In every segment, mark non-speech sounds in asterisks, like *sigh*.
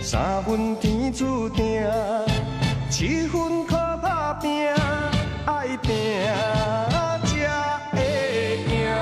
三分天注定，七分靠打拼，爱拼才会赢。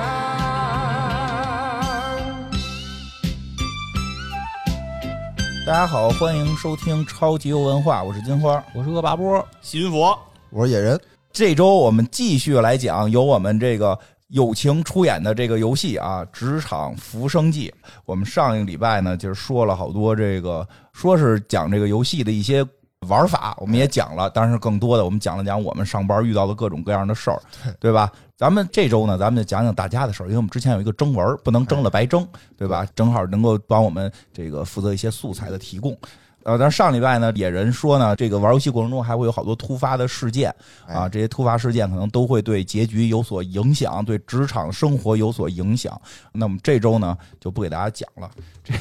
大家好，欢迎收听超级游文化，我是金花。我是恶霸波，西云佛，我是野人，这周我们继续来讲由我们这个友情出演的这个游戏啊，《职场浮生记》。我们上一个礼拜呢，就是说了好多这个，说是讲这个游戏的一些玩法，我们也讲了，但是更多的我们讲了讲我们上班遇到的各种各样的事儿，对吧？咱们这周呢，咱们就讲讲大家的事儿，因为我们之前有一个征文，不能征了白征，对吧？正好能够帮我们这个负责一些素材的提供。呃，但是上礼拜呢，野人说呢，这个玩游戏过程中还会有好多突发的事件啊，哎这些突发事件可能都会对结局有所影响，对职场生活有所影响。那么这周呢，就不给大家讲了。这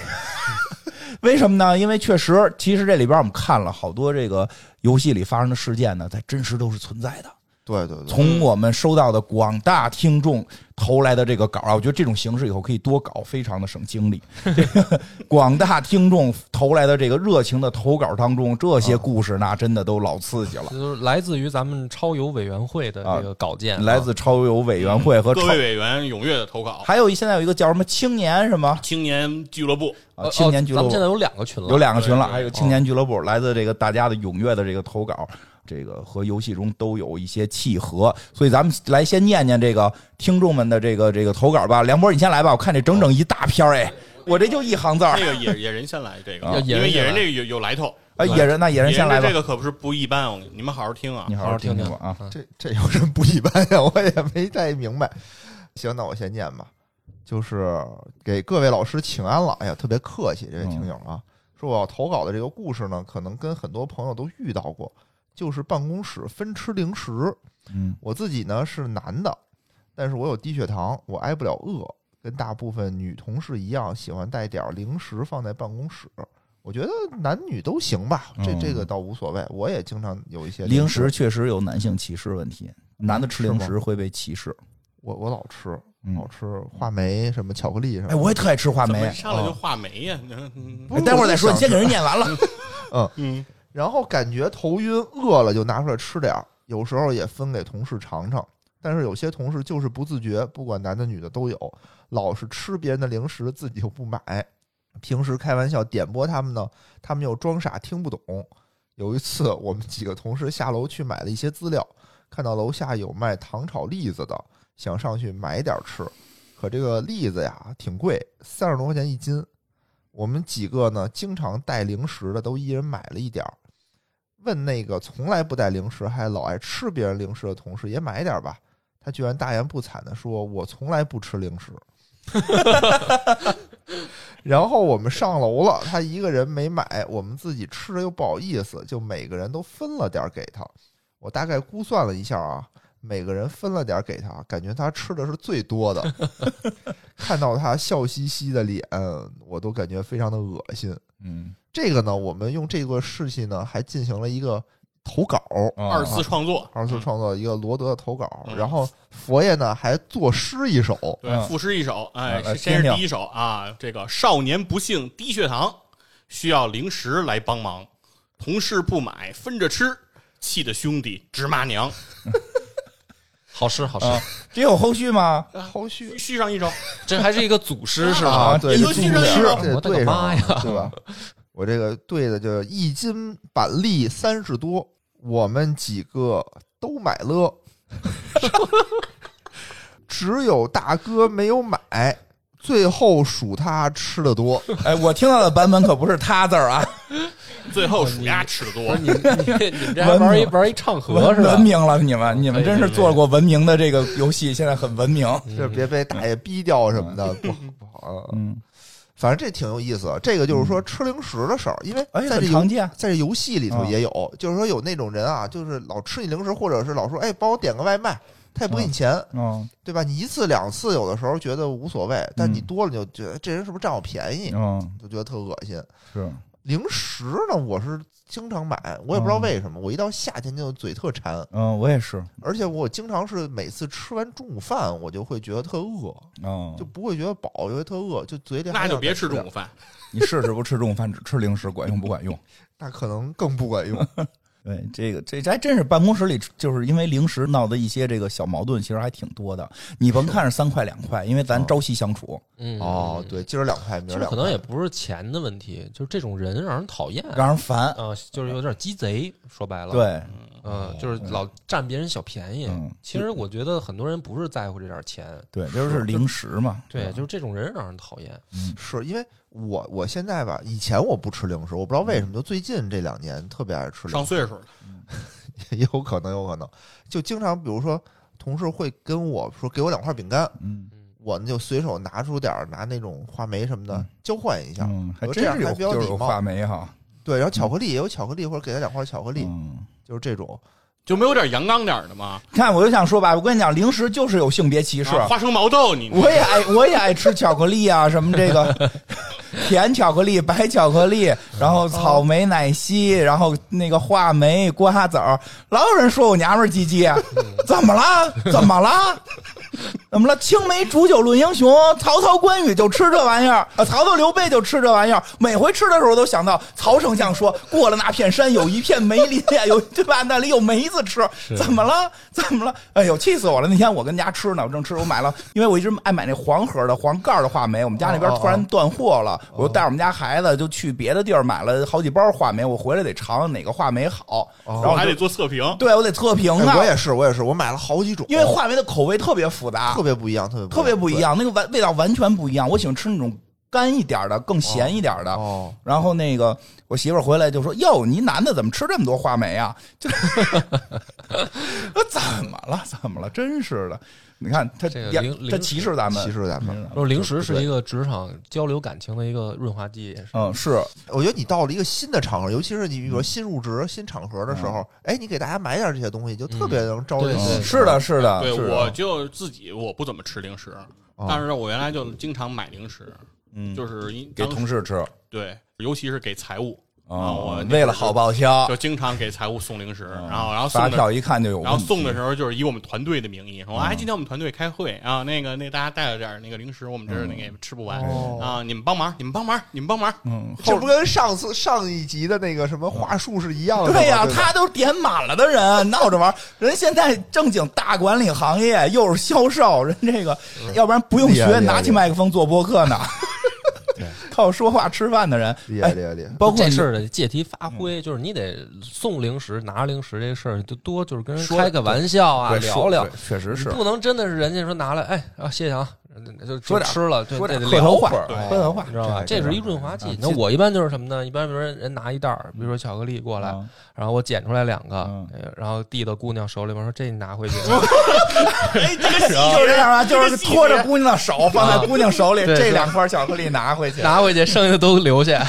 *laughs* 为什么呢？因为确实，其实这里边我们看了好多这个游戏里发生的事件呢，在真实都是存在的。对嗯对对，从我们收到的广大听众投来的这个稿啊，我觉得这种形式以后可以多搞，非常的省精 *laughs* 力。这个广大听众投来的这个热情的投稿当中，这些故事那真的都老刺激了这。都是来自于咱们超游委员会的这个稿件啊，来自超友委员会和超嗯各，位委员踊跃的投稿，还有一现在有一个叫什么青年什么青年俱乐部，啊青呃年俱乐哦咱们部现在，有两个群了，有两个群了，对对对还有青年俱乐部，来自这个大家的踊跃的这个投稿，这个和游戏中都有一些契合，所以咱们来先念念这个听众们的这个这个投稿吧。梁博，你先来吧，我看这整整一大篇儿，哎，我这就一行字儿这。个野野人先来这个啊，因为野人先野来人这个有有来头，啊，野人那野人先来野吧这，个可不是不一般哦，你们好好听啊你。好好好听听嗯吧啊。这这有什么不一般呀？ *laughs* 我也没太明白。行，那我先念吧，就是给各位老师请安了。哎呀，特别客气，这位嗯听友啊，说我要投稿的这个故事呢，可能跟很多朋友都遇到过，就是办公室分吃零食。嗯，我自己呢是男的，但是我有低血糖，我挨不了饿，跟大部分女同事一样，喜欢带点儿零食放在办公室。我觉得男女都行吧，这嗯这个倒无所谓。我也经常有一些零食食，确实有男性歧视问题，男的吃零食会被歧视。我我老吃，嗯老吃话梅什么巧克力什么的。哎，我也特爱吃话怎么梅。上来就画眉呀？嗯不哎是待会儿再说，我你就先想给人念完了。嗯，然后感觉头晕饿了就拿出来吃点儿，有时候也分给同事尝尝。但是有些同事就是不自觉，不管男的女的都有，老是吃别人的零食，自己又不买。平时开玩笑点拨他们呢，他们又装傻听不懂。有一次，我们几个同事下楼去买了一些资料，看到楼下有卖糖炒栗子的，想上去买点儿吃。可这个栗子呀挺贵，三十多块钱一斤。我们几个呢，经常带零食的都一人买了一点儿。问那个从来不带零食还老爱吃别人零食的同事也买点儿吧，他居然大言不惭的说：“我从来不吃零食。” *laughs* 然后我们上楼了，他一个人没买，我们自己吃着又不好意思，就每个人都分了点儿给他。我大概估算了一下啊，每个人分了点儿给他，感觉他吃的是最多的。 *laughs* 看到他笑嘻嘻的脸，我都感觉非常的恶心。嗯，这个呢，我们用这个事情呢，还进行了一个投稿，哦二嗯啊次创作，二嗯次创作一个罗德的投稿。嗯然后佛爷呢还作诗一首，对，赋诗一首，哎，来是先是听听第一首啊，这个少年不幸低血糖，需要零食来帮忙，同事不买分着吃，气得兄弟直骂娘。好诗好诗，啊这有后续吗？哎好虚续上一首，这还是一个组诗 *laughs* 是吧？啊对，你这说虚声一诗首这啊我的对个上妈呀了，对吧？我这个对的就是一斤板栗三十多，我们几个都买了， *laughs* 只有大哥没有买，最后数他吃的多。嗯哎，我听到的版本可不是他字儿啊，最后数鸭吃的不多是。你你你们这还文玩一明玩一唱和文是吧文？明了你们，你们真是对对对做过文明的这个游戏，现在很文明。这别被大爷逼掉什么的，不好不好。啊。嗯，反正这挺有意思，这个就是说吃零食的事儿，因为哎，在这很游常见。啊在这游戏里头也有，就是说有那种人啊，就是老吃你零食，或者是老说哎帮我点个外卖，他也不给你钱，嗯对吧？你一次两次有的时候哎觉得无所谓，但你多了你就觉得这人是不是占我便宜，嗯，就觉得特恶心。是零食呢，我是经常买，我也不知道啊为什么，我一到夏天就嘴特馋，嗯，我也是，而且我经常是每次吃完中午饭，我就会觉得特饿，嗯就，不会觉得饱，就会特饿，就嘴里还那就想别再吃中点午，饭。你试试不吃中午饭，只吃零食，管用不管用？那可能更不管用。 *laughs* 对，这个这这还真是办公室里，就是因为零食闹的一些这个小矛盾，其实还挺多的。你甭看是三块两块，因为咱朝夕相处，嗯哦，，对，今儿两块，其明儿实两可块，能也不是钱的问题，就是这种人让人讨厌，让人烦。啊，就是有点鸡贼，说白了，，对，嗯，就是老占别人小便宜嗯。其实我觉得很多人不是在乎这点钱，对，就是零食嘛。对，就是这种人让人讨厌。啊是因为我我现在吧，以前我不吃零食，我不知道为什嗯么，就最近这两年特别爱吃零上食，岁数了，也 *laughs* 有可能，有可能，就经常比如说同事会跟我说给我两块饼干，嗯我呢就随手拿出点儿，拿那种话梅什么的、嗯交换一下，嗯，还我真这样是有还比较就是礼有貌话梅哈。对，然后巧克力也有巧克力，或者给他两块巧克力，嗯，就是这种。就没有点阳刚点儿的吗？看我就想说吧，我跟你讲，零食就是有性别歧视。啊花生毛豆，你我也爱我也爱吃巧克力啊，什么这个甜巧克力、白巧克力，然后草莓奶昔，然后那个话梅、瓜子儿，老有人说我娘们儿唧唧，啊怎么啦？怎么啦？怎么了？青梅煮酒论英雄，曹操、关羽就吃这玩意儿，啊，曹操、刘备就吃这玩意儿。每回吃的时候都想到曹丞相说：“过了那片山，有一片梅林呀，有对吧？那里有梅子吃，怎么了？怎么了？哎呦，气死我了！那天我跟家吃呢，我正吃，我买了，因为我一直爱买那黄盒的黄盖儿的话梅，我们家那边哦哦哦突然断货了，我就带我们家孩子就去别的地儿买了好几包话梅，我回来得尝哪个话梅好，然后我我还就得做测评。对我得测评哎啊，我也是，我也是，我买了好几种，因为话梅的口味特别复杂，特别不一样，特别特别不一对样，那个完味道完全不一样。我喜欢吃那种干一点儿的，更咸一点儿的。哦。然后那个我媳妇儿回来就说：“哟，你男的怎么吃这么多话梅啊？”就我怎么了？怎么了？真是的，你看他这个也零他零歧视咱们，歧视咱们嗯说零食是一个职场交流感情的一个润滑剂，也是。嗯，是我觉得你到了一个新的场合，尤其是你比嗯如说新入职、新场合的时候，哎，你给大家买点这些东西，就特别能招人嗯喜对欢。嗯是的，是的，对，是的啊我就自己我不怎么吃零食，哦但是我原来就经常买零食，嗯就是因给当时同事吃对，尤其是给财务，啊我那会儿为了好报销就，经常给财务送零食，嗯然后然后发送的票一看就有问题，然后送的时候就是以我们团队的名义说，嗯哎，今天我们团队开会啊，那个那个大家带了点儿那个零食，我们这儿那个也吃不完哦啊，你们帮忙，你们帮忙，你们帮忙。嗯，这不跟上次上一集的那个什么话术是一样的吗？对呀、哦吧他都点满了的人，闹着玩儿。 *laughs* 人现在正经大管理行业，又是销售，人这个要不然不用厉害厉学，害拿起麦克风做播客呢。 *laughs* 靠说话吃饭的人，厉害哎，厉害厉害！包括这你嗯事儿得借题发挥，就是你得送零食、拿零食这事儿，就多就是跟人说开个玩笑啊，对聊说聊对，确实你是不能真的是人家说拿来，哎啊，谢谢啊，就说就点吃了，就说得点得客聊套会话儿，，客套话你知道吧？这这还是是一润滑剂啊。那这我一般就是什么呢？一般比如说人拿一袋儿，比如说巧克力过来，嗯然后我捡出来两个嗯，哎然后递到姑娘手里边说：“这你 *laughs* 拿回去。哎，这个就是这样啊，这就个是细节拖着姑娘的手放在姑娘手里，对这对两块巧克力拿回去”。拿回去，剩下的都留 *laughs* 下。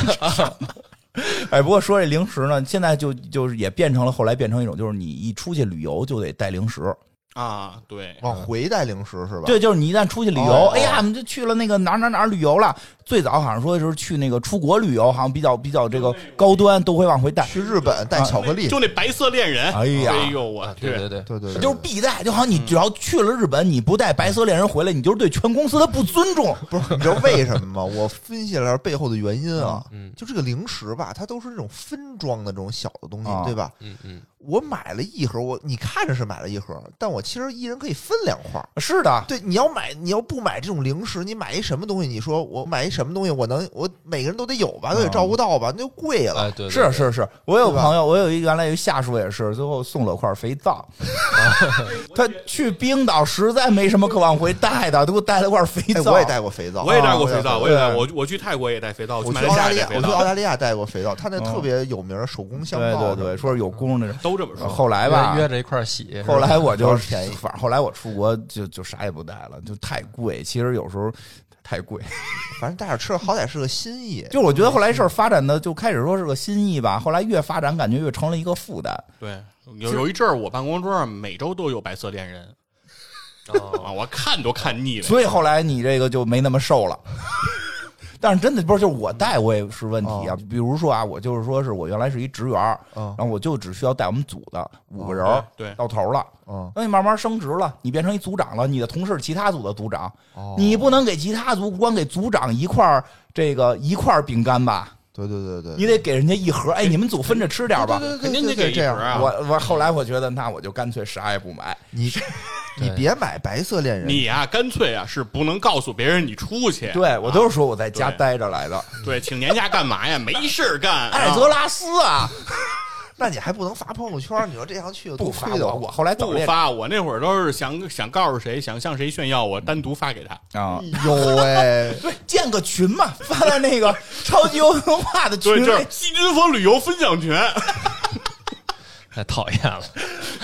哎，不过说这零食呢，现在就就是也变成了后来变成一种，就是你一出去旅游就得带零食。啊，对，往回带零食是吧？对，就是你一旦出去旅游，哦哎呀，我们就去了那个哪儿哪儿哪儿旅游了。最早好像说就是去那个出国旅游，好像比较比较这个高端，都会往回带。去日本啊带巧克力，就那白色恋人，哎呀呦我去啊对，对对，对对，对就是必带，就好像你只要去了日本，你不带白色恋人回来，你就是对全公司的不尊重。不是，你知道为什么吗？我分析了一下背后的原因啊，嗯就这个零食吧，它都是那种分装的这种小的东西，啊对吧？嗯嗯，我买了一盒，我你看着是买了一盒，但我其实一人可以分两块儿。是的，对，你要买，你要不买这种零食，你买一什么东西？你说我买一什么东西？我能，我每个人都得有吧，都得照顾到吧，那就贵了。嗯哎对，对是，是是，我有对吧朋友，我有一原来有一下属也是，最后送了块肥皂。 *laughs* 他去冰岛实在没什么可往回带的，都给我带了块肥哎，皂。我也带过肥皂，我也带过肥皂，啊我也带，我我去泰国也带肥皂，我去马去来澳西大亚利也亚带，我肥去澳大利亚皂，带过肥皂，它那嗯特别有名儿手工香对皂对什么的，对，说是有功的人。都这么说。后来吧，约着一块儿洗。后来我就主要是便宜反正后来我出国就就啥也不带了，就太贵。其实有时候太贵，反正带点吃，好歹是个心意。就是我觉得后来事儿发展的就开始说是个心意吧，后来越发展感觉越成了一个负担。对，有有一阵儿我办公桌上每周都有白色恋人哦啊，我看都看腻了。所以后来你这个就没那么瘦了， *laughs* 但是真的不是，就是我带我也是问题啊哦。比如说啊，我就是说是我原来是一职员，嗯然后我就只需要带我们组的五个人儿对，对，到头了。嗯那你慢慢升职了，你变成一组长了，你的同事其他组的组长，哦，你不能给其他组光给组长一块儿这个一块儿饼干吧？对对对对，你得给人家一盒，哎，你们组分着吃点儿吧。对对对肯定得对给对这哎样一盒啊我我后来我觉得，那我就干脆啥也不买。你对你别买白色恋人，你啊，干脆啊是不能告诉别人你出去。对我都是说我在家对待着来啊的。对，请年假干嘛呀？没事儿干。艾泽拉斯 *laughs* 啊，那你还不能发朋友圈，你说这样去有不多发亏的我，我后来早不恋发，我那会儿都是想想告诉谁，想向谁炫耀，我单独发给他。啊， *laughs* 有哎，建个群嘛，发在那 *laughs* 个超级欧文化的群对，这里是。细菌佛旅游分享群。太讨厌了。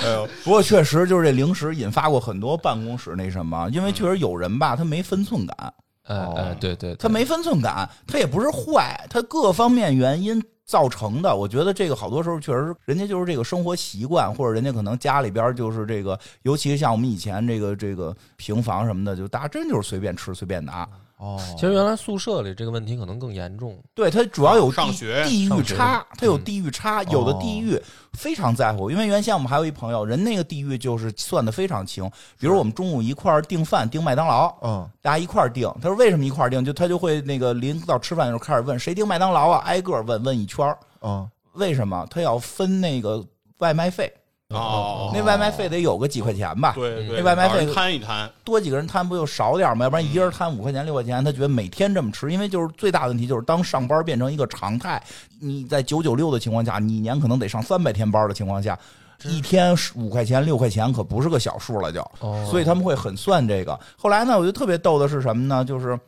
哦不过确实就是这零食引发过很多办公室那什么，因为确实有人吧，他没分寸感，哎哎，对对，他没分寸感，他也不是坏，他各方面原因造成的。我觉得这个好多时候确实，人家就是这个生活习惯，或者人家可能家里边就是这个，尤其是像我们以前这个这个平房什么的，就大家真就是随便吃随便啊拿。哦，其实原来宿舍里这个问题可能更严重。对他主要有上地学地域啊上学嗯哦差，他有地域差，有的地域非常在乎，因为原先我们还有一朋友，人那个地域就是算的非常清，比如我们中午一块儿订饭，订麦当劳，嗯，大家一块儿订，他说为什么一块儿订？就他就会那个临到吃饭的时候开始问谁订麦当劳啊，挨个儿问问一圈儿，嗯，为什么他要分那个外卖费？哦，那外卖费得有个几块钱吧？对对，那外卖费找人摊一摊，多几个人摊不就少点儿吗？要不然一人摊五块钱六块钱，他觉得每天这么吃，因为就是最大的问题就是当上班变成一个常态，你在九九六的情况下，你一年可能得上三百天班的情况下，一天五块钱六块钱可不是个小数了就，哦所以他们会很算这个。后来呢，我觉得特别逗的是什么呢？就是。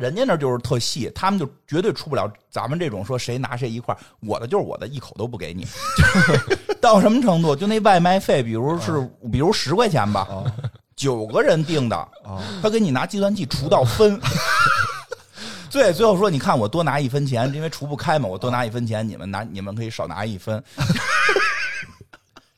人家那就是特细，他们就绝对出不了咱们这种说谁拿谁一块儿，我的就是我的，一口都不给你。到什么程度？就那外卖费，比如是、比如十块钱吧，哦九个人定的，哦，他给你拿计算器除到分。 *laughs* 对，最后说你看我多拿一分钱，因为除不开嘛，我多拿一分钱，你们拿你们可以少拿一分，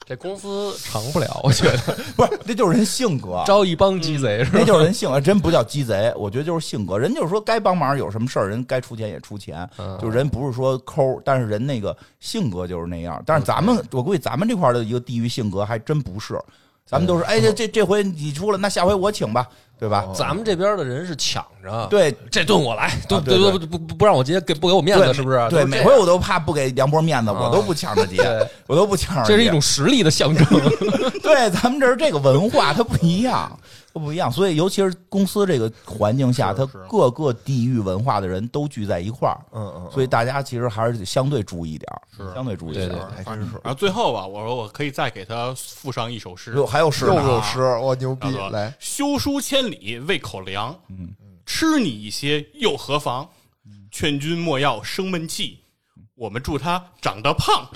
这公司长不了，我觉得不是，这就是人性格，招一帮鸡 *laughs* 贼是吧那？就是人性格，真不叫鸡贼，我觉得就是性格，人就是说该帮忙有什么事儿，人该出钱也出钱，嗯就是人不是说抠，但是人那个性格就是那样。但是咱们，我估计咱们这块儿的一个地域性格还真不是，咱们都是嗯哎这这这回你出了，那下回我请吧，对吧？咱们这边的人是抢着，，对，啊这顿我来，都对都不不不不让我接，给不给我面子对是不是？都对，是这每样啊回我都怕不给梁波面子，我都不 *laughs* 抢着结，对我都不抢着结。这是一种实力的象 *laughs* 征。 *laughs* 对咱们这儿这个文化，它不一样，它不一样。所以，尤其是公司这个环境下，是它是各个地域文化的人都聚在一块儿，嗯嗯，所以大家其实还是得相对注意一点儿，相对注意一对点儿。哎还真是然后最后吧，我说我可以再给他附上一首诗，有还有是又呢，有诗，我牛叫逼，做来“修书千里为口粮”，吃你一些又何妨？劝君莫要生闷气，我们祝他长得胖。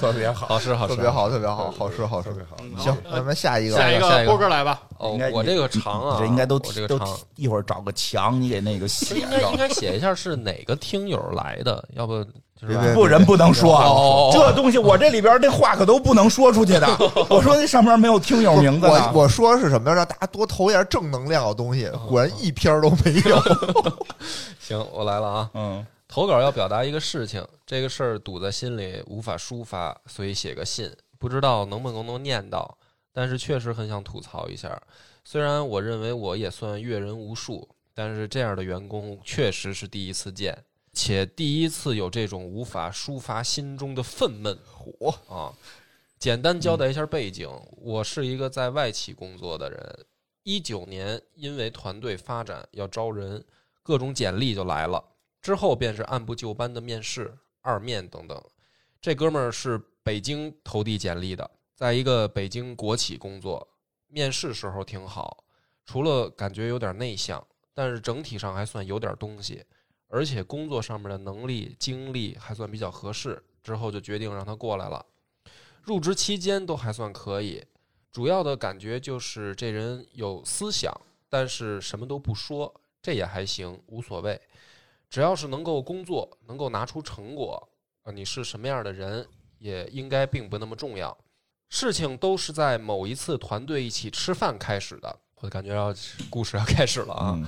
特别好。好吃好特吃，别。好，特别好，好诗，好诗，嗯行，咱们下一个，下一下一个波哥来吧，哦应该，我这个长啊，哎这应该都我这个都长。一会儿找个墙，你给那个写 *laughs* 应该上应。该写一下是哪个听友来的，要不就是吧别不，人不能说啊哦 *laughs* 哦哦这东西，我这里边儿这话可都不能说出 *laughs* 去的。我说那上面没有听友名字呢。我我说是什么呀？让大家多投一下正能量的东西，果然一篇都没有。行，我来了啊。嗯，投稿要表达一个事情，这个事儿堵在心里无法抒发，所以写个信，不知道能不能能念到，但是确实很想吐槽一下。虽然我认为我也算阅人无数，但是这样的员工确实是第一次见，且第一次有这种无法抒发心中的愤懑。火啊！简单交代一下背景，我是一个在外企工作的人。一九年，因为团队发展要招人，各种简历就来了。之后便是按部就班的面试、二面等等。这哥们儿是北京投递简历的，在一个北京国企工作，面试时候挺好，除了感觉有点内向，但是整体上还算有点东西，而且工作上面的能力、经历还算比较合适。之后就决定让他过来了。入职期间都还算可以，主要的感觉就是这人有思想，但是什么都不说，这也还行，无所谓。只要是能够工作，能够拿出成果，啊，你是什么样的人，也应该并不那么重要。事情都是在某一次团队一起吃饭开始的，我感觉要故事要开始了啊。嗯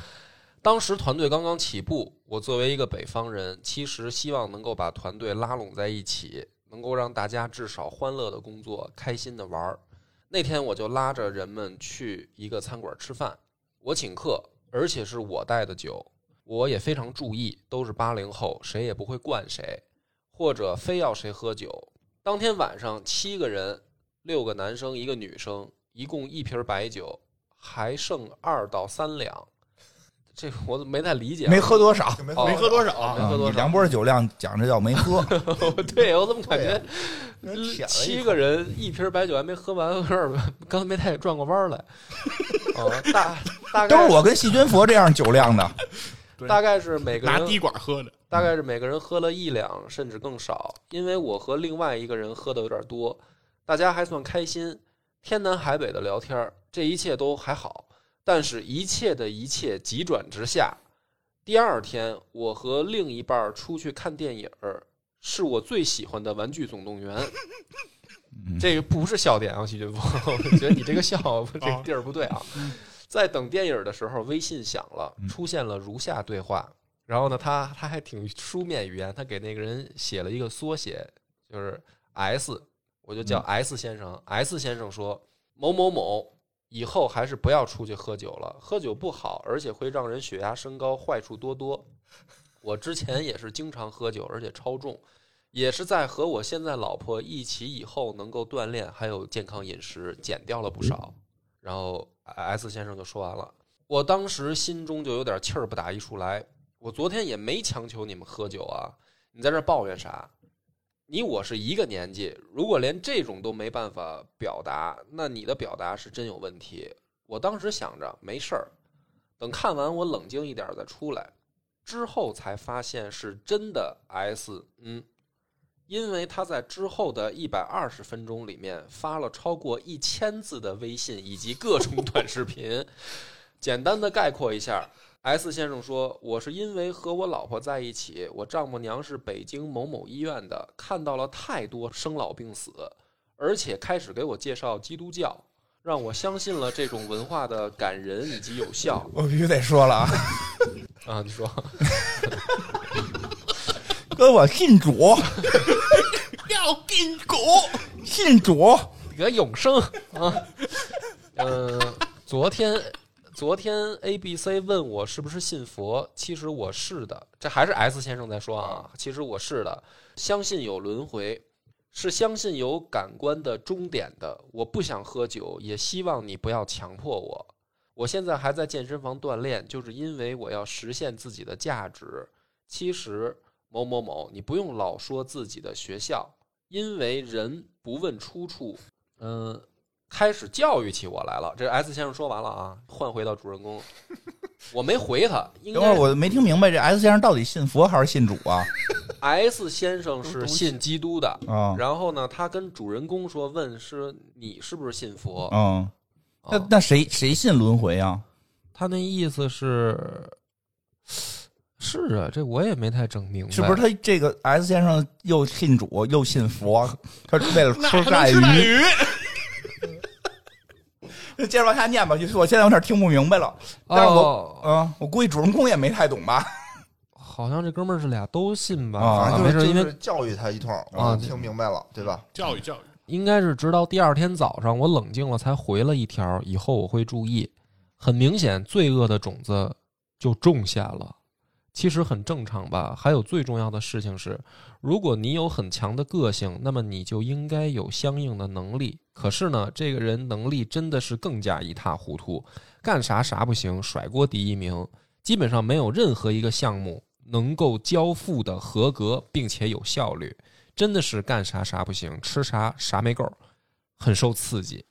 当时团队刚刚起步，我作为一个北方人，其实希望能够把团队拉拢在一起，能够让大家至少欢乐的工作，开心的玩儿。那天我就拉着人们去一个餐馆吃饭，我请客，而且是我带的酒，我也非常注意，都是八零后，谁也不会惯谁，或者非要谁喝酒。当天晚上七个人，六个男生，一个女生，一共一瓶白酒，还剩二到三两。这我怎么没太理解啊？没喝多少，就没哦没喝多少啊没喝多啊少。你梁波的酒量讲这叫没 *laughs* 喝，对我怎么感对觉嗯啊那舔了一口七个人一瓶白酒还没喝完，有点儿 *laughs* 刚才没太转过弯儿来。哦， *laughs* 大大概都是我跟细菌佛这样酒量的。大概是每个拿人滴管喝的，大概是每个人喝了一两，甚至更少，因为我和另外一个人喝的有点多，大家还算开心，天南海北的聊天儿，这一切都还好。但是，一切的一切急转直下。第二天，我和另一半儿出去看电影儿，是我最喜欢的《玩具总动员》嗯。这个不是笑点啊，徐俊峰，我觉得你这个笑这个地儿不对啊。在等电影的时候，微信响了，出现了如下对话。然后呢，他他还挺书面语言，他给那个人写了一个缩写，就是 S，我就叫 S 先生。S 先生说：“某某某，以后还是不要出去喝酒了，喝酒不好，而且会让人血压升高，坏处多多。”我之前也是经常喝酒，而且超重，也是在和我现在老婆一起以后能够锻炼，还有健康饮食，减掉了不少。然后 S 先生就说完了，我当时心中就有点气儿不打一处来。我昨天也没强求你们喝酒啊，你在这抱怨啥？你我是一个年纪，如果连这种都没办法表达，那你的表达是真有问题。我当时想着没事儿，等看完我冷静一点儿再出来。之后才发现是真的 S，嗯，因为他在之后的一百二十分钟里面发了超过一千字的微信以及各种 *laughs* 短视频。简单的概括一下，S 先生说：“我是因为和我老婆在一起，我丈母娘是北京某某医院的，看到了太多生老病死，而且开始给我介绍基督教，让我相信了这种文化的感人以及有效。 *laughs* 我必须得说了啊，”啊，你说。哥，我信主，要筋骨。信主，你个永生啊！嗯、昨天昨天 A B C 问我是不是信佛，其实我是的，这还是 S 先生在说啊，其实我是的，相信有轮回，是相信有感官的终点的。我不想喝酒，也希望你不要强迫我。我现在还在健身房锻炼，就是因为我要实现自己的价值。其实某某某，你不用老说自己的学校，因为人不问出处，嗯、开始教育起我来了。这 S 先生说完了啊，换回到主人公，我没回他。应等会儿该我没听明白这 S 先生到底信佛还是信主啊？ S 先生是信基督的，啊，然后呢，他跟主人公说，问是你是不是信佛？嗯，那啊那谁谁信轮回啊？他那意思是，是啊，这我也没太整明白，是不是他这个 S 先生又信主又信佛，他是为了那吃还能吃鱼带？鱼？接着往下念吧，我现在有点听不明白了。但是我哦，嗯，我估计主人公也没太懂吧？好像这哥们儿是俩都信吧？啊反正没就是事，因就为是教育他一通，啊我听明白了，对吧？教育教育，应该是直到第二天早上，我冷静了才回了一条，以后我会注意。很明显，罪恶的种子就种下了。其实很正常吧。还有最重要的事情是，如果你有很强的个性，那么你就应该有相应的能力。可是呢，这个人能力真的是更加一塌糊涂，干啥啥不行，甩锅第一名，基本上没有任何一个项目能够交付的合格并且有效率，真的是干啥啥不行，吃啥啥没够，很受刺激。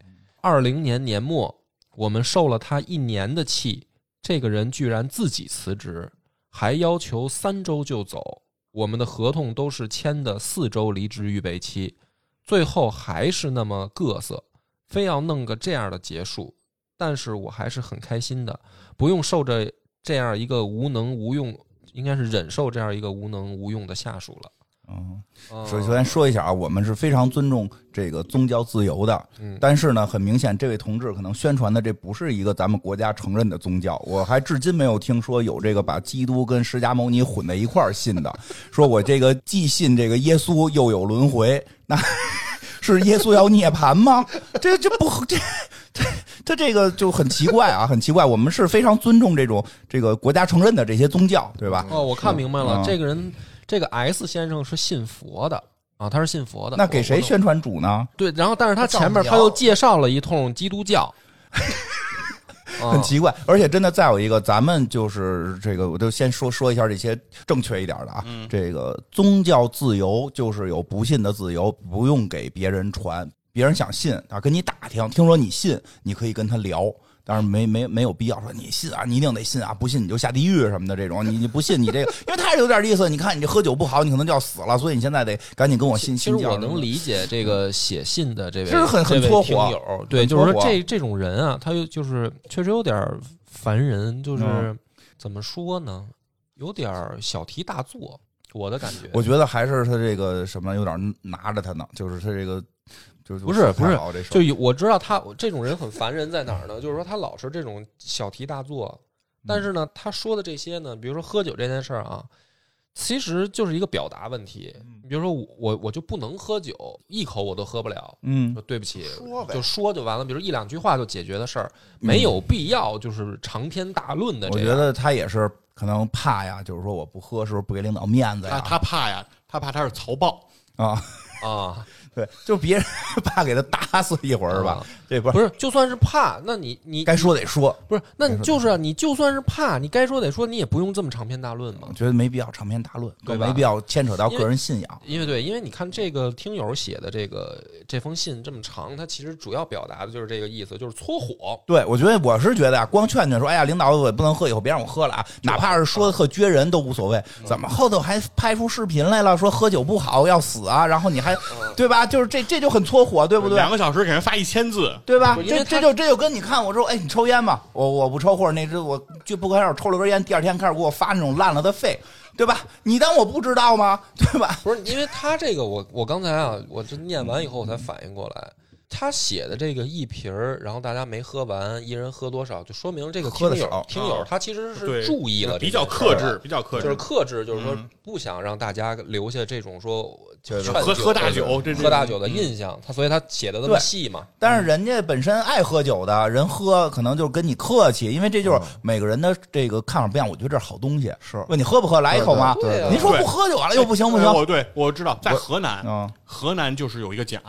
二零年年末，我们受了他一年的气，这个人居然自己辞职，还要求三周就走。我们的合同都是签的四周离职预备期，最后还是那么各色，非要弄个这样的结束。但是我还是很开心的，不用受着这样一个无能无用，应该是忍受这样一个无能无用的下属了。嗯，嗯首先说一下啊，我们是非常尊重这个宗教自由的，嗯，但是呢，很明显，这位同志可能宣传的这不是一个咱们国家承认的宗教，我还至今没有听说有这个把基督跟释迦牟尼混在一块儿信的，说我这个既信这个耶稣又有轮回，那 *laughs* 是耶稣要涅槃吗？这这不这这他这个就很奇怪啊，很奇怪。我们是非常尊重这种这个国家承认的这些宗教，对吧？哦，我看明白嗯了，这个人，这个 S 先生是信佛的啊，他是信佛的。那给谁我？我懂宣传主呢？对，然后但是他前面造谣他又介绍了一通基督教，*laughs* 啊很奇怪。而且真的再有一个，咱们就是这个，我就先说说一下这些正确一点的啊。这个宗教自由就是有不信的自由，不用给别人传，别人想信啊，跟你打听，听说你信，你可以跟他聊。但是没没没有必要说你信啊，你一定得信啊，不信你就下地狱什么的这种，你你不信你这个，因为他是有点意思。你看你这喝酒不好，你可能就要死了，所以你现在得赶紧跟我信啊其信实教我什么能的理解这个写信的这位，这是很很这位搓火听友，对，很就是搓说火这这种人啊，他就就是确实有点烦人，就是嗯怎么说呢，有点小题大做，我的感觉。我觉得还是他这个什么有点拿着他呢，就是他这个就是不是不太不是啊好这事儿就有我知道他这种人很烦人在哪儿呢？就是说他老是这种小题大做，但是呢，嗯他说的这些呢，比如说喝酒这件事儿啊，其实就是一个表达问题。嗯比如说我我我就不能喝酒，一口我都喝不了，嗯说对不起，说呗就说就完了。比如一两句话就解决的事儿，没有必要就是长篇大论的嗯我这觉样。得他也是可能怕呀，就是说我不喝是不是不给领导面子他哎呀？他怕呀，他怕他是曹豹，啊，啊，对，就别人 *laughs* 怕给他打死一会儿是吧啊？这不不是是，就算是怕，那你你该说得说，不是，那你就是啊，你就算是怕，你该说得说，你也不用这么长篇大论嘛我。觉得没必要长篇大论，对更吧没必要牵扯到个人信仰。因为对，因为你看这个听友写的这个这封信这么长，他其实主要表达的就是这个意思，就是搓火。对，我觉得我是觉得啊，光劝劝说，哎呀，领导我也不能喝以后别让我喝了啊，哪怕是说的特撅人都无所谓。嗯怎么后头还拍出视频来了，说喝酒不好要死啊？然后你还嗯对吧？就是这这就很搓火，对不对？两个小时给人发一千字，对吧不？因为这他这就这就跟你看我说，哎，你抽烟吧，我我不抽，或者那只我就不开始抽了根烟，第二天开始给我发那种烂了的肺，对吧？你当我不知道吗？ *laughs* 对吧？不是，因为他这个我我刚才啊，我这念完以后我才反应过来，他写的这个一瓶儿，然后大家没喝完，一人喝多少，就说明这个听喝得友少听友啊他其实对是注意了这比件事儿较的，克制，比较克就是制，克制，就是说嗯不想让大家留下这种说对对劝喝酒喝大的酒，这这嗯喝大酒的印象，他所以他写的那么对细嘛。但是人家本身爱喝酒的人喝，可能就跟你客气，因为这就是每个人的这个看法不一样。我觉得这是好东西，是问你喝不喝，来一口吗？对对啊您说不喝酒了又不行不行哎我对我知道，在河南，嗯河南就是有一个讲，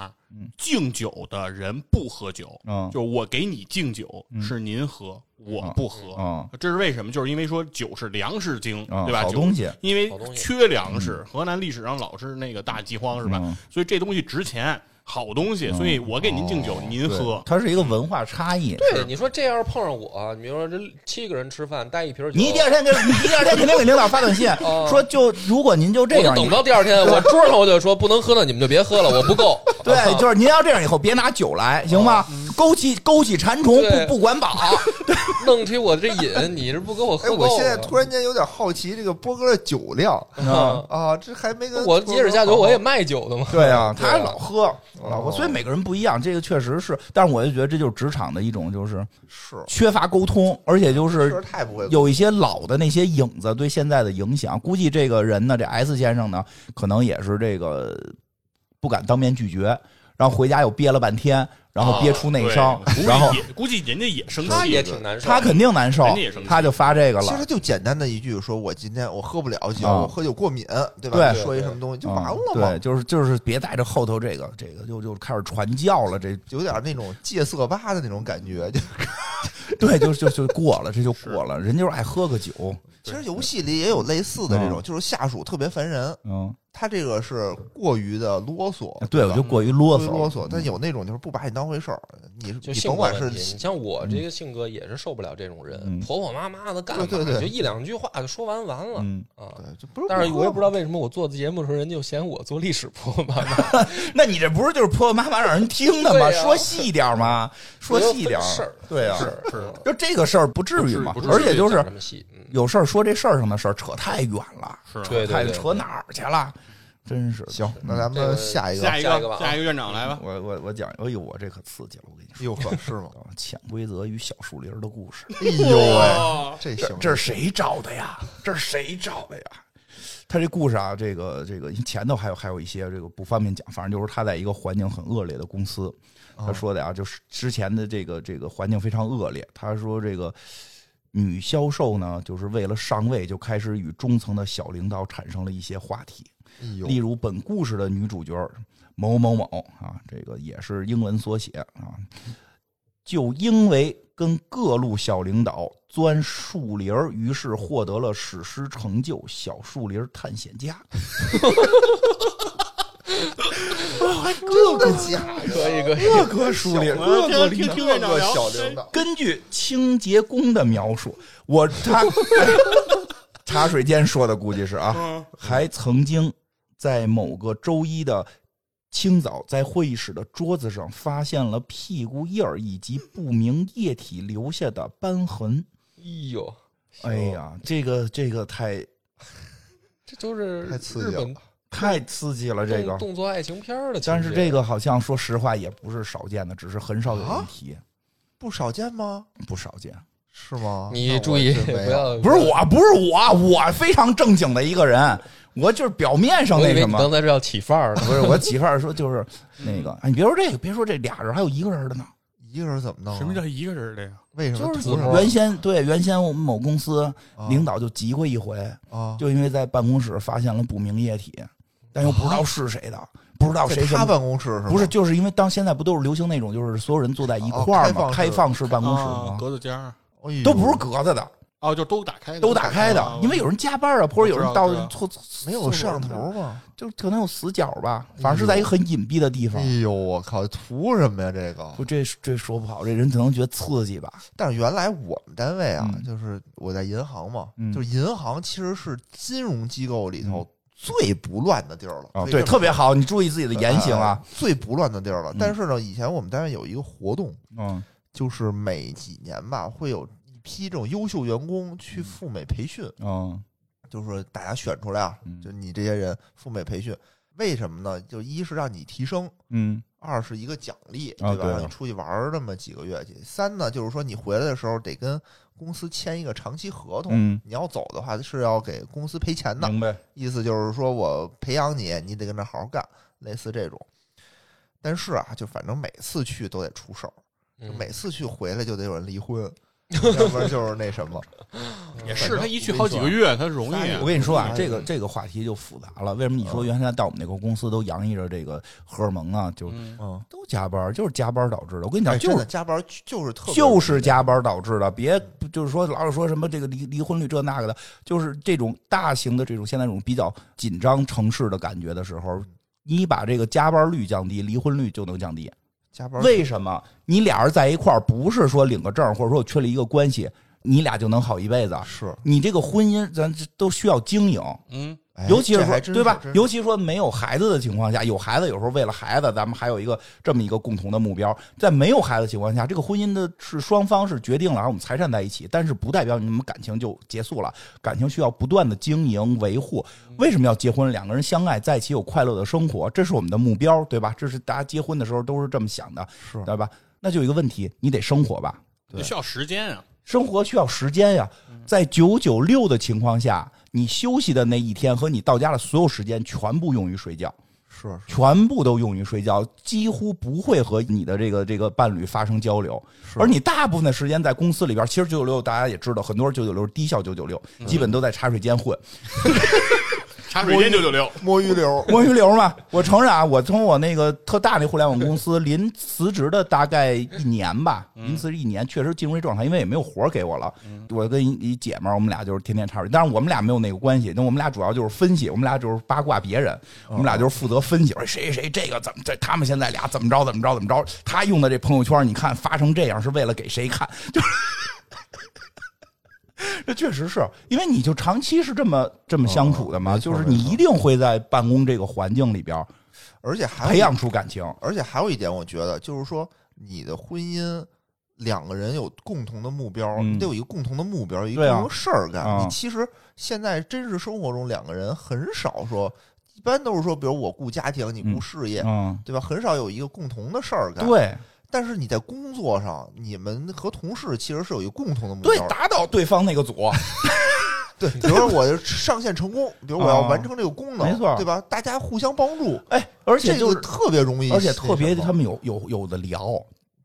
敬酒的人不喝酒，嗯就是我给你敬酒是您喝，我不喝，嗯这是为什么？就是因为说酒是粮食精，嗯对吧？好酒东西因为好东西缺粮食，河南历史上老是那个大饥荒，是吧？嗯所以这东西值钱，好东西，所以我给您敬酒，您对喝。它是一个文化差异。对，你说这要是碰上我，你比如说这七个人吃饭带一瓶酒，你第二天给你第二天肯定给领导发短信哦说，就如果您就这我就样，等不到第二天，我桌上我就说不能喝了，你们就别喝了，我不够。 *laughs* 对，就是您要这样以后别拿酒来，行吗？勾起勾起馋虫，对不不管饱。弄出我这瘾，你是不给我喝哎，够我啊了。现在突然间有点好奇这个波哥的酒量啊，啊，这还没跟我接着下酒，我也卖酒的嘛。对啊，对他啊老喝老喝，哦所以每个人不一样，这个确实是。但是我就觉得这就是职场的一种，就是是缺乏沟通，而且就确是实太不会有一些老的那些影子对现在的影响。估计这个人呢，这 S 先生呢，可能也是这个不敢当面拒绝，然后回家又憋了半天，然后憋出内伤，哦对估计然后也估计人家也生他气，也挺难受，他肯定难受人家也生，气他就发这个其了实。就简单的一句，说我今天我喝不了酒，啊我喝酒过敏，对吧？对你说一什么东西就完了嗯嘛，对，就是就是别带着后头这个这个就就开始传教了， *laughs* 这有点那种戒色吧的那种感觉。就对就就就过了，这就过了。人就是爱喝个酒，其实游戏里也有类似的这种，嗯就是下属特别烦人，嗯，哦他这个是过于的啰嗦，啊对，我吧就过于啰过于嗦，啰嗦。但有那种就是不把你当回事儿，你就你性甭格管问题。是你像我这个性格也是受不了这种人，嗯婆婆妈妈的干嘛？对对对就一两句话就说完完了嗯，啊。对，就不是。但是我也不知道为什么我做节目的时候，人家就嫌我做历史婆婆妈妈。那你这不是就是婆婆妈妈让人听的吗？对啊说细点儿 *laughs* 嘛，说细点儿事儿，对啊，是是，就这个事儿不至于嘛不至，于而且就是讲这么细，嗯，有事儿说这事儿上的事儿，扯太远了，是吧对太扯哪儿去了？真是的行，那嗯咱这们个下一个下一下一个吧啊个，下一个院长来吧。我我我讲，哎呦，我这可刺激了，我跟你说，哟呵，是 *laughs* 吗？啊潜规则与小树林儿的故事。哎呦嗯喂，哦，这这行，这是谁招的呀？这是谁招的呀？他这故事啊，这个这个前头还有还有一些这个不方便讲，反正就是他在一个环境很恶劣的公司，他嗯说的啊，就是之前的这个这个环境非常恶劣。他说这个女销售呢，就是为了上位，就开始与中层的小领导产生了一些话题。哎呦例如本故事的女主角某某某啊，这个也是英文缩写啊，就因为跟各路小领导钻树林儿，于是获得了史诗成就——小树林探险家。这个假可以可以，各个树 *laughs* 林，各个听领听导听。院长的聊小领导，根据清洁工的描述，我他 *laughs* 茶水间说的估计是啊，嗯，还曾经在某个周一的清早，在会议室的桌子上发现了屁股印儿以及不明液体留下的斑痕。哎呦，哎呀，这个这个太这都是太刺日激了本太刺激了，这动个。动作爱情片儿的情节，但是这个好像说实话也不是少见的，只是很少有人啊提，不少见吗？不少见。是吗？那你我注意真不没有要，不是我，不是我，我非常正经的一个人，我就是表面上我那以为什你么。刚才是要起范儿 *laughs* 呢。不是我媳妇儿说，就是那个，哎，你别说这个，别说这俩人，还有一个人的呢。一个人怎么弄啊？什么叫一个人的呀？为什么就是图什么原先对原先我们某公司啊领导就急过一回，啊？就因为在办公室发现了不明液体，但又不知道是谁的，不知道哦在哦谁什他么。办公室是吗？不是，就是因为当现在不都是流行那种，就是所有人坐在一块儿嘛，哦开开放放哦式办公室啊嘛，格子间儿哎呦，都不是格子的，哦，就都打开的，都打开的啊，哦因为有人加班啊，或者有人到我知道错没有摄像，头吗？就可能有死角吧，反正是在一个很隐蔽的地方哎。呦，我靠，图什么呀？这个不，这这说不好，这人可能觉得刺激吧。但是原来我们单位啊，嗯就是我在银行嘛，嗯就是银行其实是金融机构里头最不乱的地儿了。啊，可以对，这么特别好，你注意自己的说言行啊。哎最不乱的地儿了嗯。但是呢，以前我们单位有一个活动，嗯就是每几年吧，会有一批这种优秀员工去赴美培训，嗯就是说大家选出来啊嗯，就你这些人赴美培训，为什么呢？就一是让你提升，嗯二是一个奖励，啊对吧？对啊让你出去玩儿这么几个月去。三呢，就是说你回来的时候得跟公司签一个长期合同，嗯，你要走的话是要给公司赔钱的。明白。意思就是说我培养你，你得跟着好好干，类似这种。但是啊，就反正每次去都得出事儿，就嗯每次去回来就得有人离 *laughs* 婚，要不然就是那什么。也是他一去好几个月，他容易啊我跟你说啊，嗯这个这个话题就复杂了。为什么你说嗯原来到我们那个公司都洋溢着这个荷尔蒙啊，就嗯嗯，都加班，就是加班导致的。我跟你讲，哎就真的是加班就是特别就是加班导致的，别就是说老是说什么这个离离婚率这那个的，就是这种大型的这种现在这种比较紧张城市的感觉的时嗯候。你把这个加班率降低，离婚率就能降低。加班为什么你俩人在一块儿，不是说领个证，或者说我确立一个关系，你俩就能好一辈子？是，你这个婚姻，咱这都需要经营，嗯，哎尤其这是还说真对吧真？是尤其说没有孩子的情况下，有孩子有时候为了孩子，咱们还有一个这么一个共同的目标。在没有孩子的情况下，这个婚姻的是双方是决定了，然后我们财产在一起，但是不代表你们感情就结束了，感情需要不断的经营维护。为什么要结婚？两个人相爱在一起有快乐的生活，这是我们的目标，对吧？这是大家结婚的时候都是这么想的，是对吧？那就有一个问题，你得生活吧？这需要时间啊。生活需要时间呀，在九九六的情况下，你休息的那一天和你到家的所有时间全部用于睡觉，是是全部都用于睡觉，几乎不会和你的这个这个伴侣发生交流。而你大部分的时间在公司里边，其实九九六大家也知道，很多人九九六低效九九六，基本都在茶水间混。茶水间九九六，摸鱼流，摸鱼流嘛， *laughs* 我承认啊，我从我那个特大那互联网公司 *laughs* 临辞职的大概一年吧，临辞职一年，确实进入这状态，因为也没有活儿给我了。我跟一一姐们儿，我们俩就是天天插手，但是我们俩没有那个关系，那我们俩主要就是分析，我们俩就是八卦别人，我们俩就是负责分析，说哎谁谁谁这个怎么这他们现在俩怎么着怎么着怎么着，他用的这朋友圈你看发成这样是为了给谁看？ *laughs* 就是这确实是因为你就长期是这么这么相处的嘛，嗯没错就是你没错一定会在办公这个环境里边而且还有培一养出感情。而且还有一点，我觉得就是说，你的婚姻两个人有共同的目标，嗯你得有一个共同的目标，有一对个啊共同的事儿干。啊你其实现在真实生活中，两个人很少说一般都是说，比如我顾家庭，你顾嗯事业，嗯，对吧？很少有一个共同的事儿干。，对但是你在工作上，你们和同事其实是有一个共同的目标对，的。打倒对方那个组，对，比如说我上线成功，比如我要啊完成这个功能，没错对吧？大家互相帮助，哎，而且就是这个，特别容易，而且特别，他们们有有有的聊。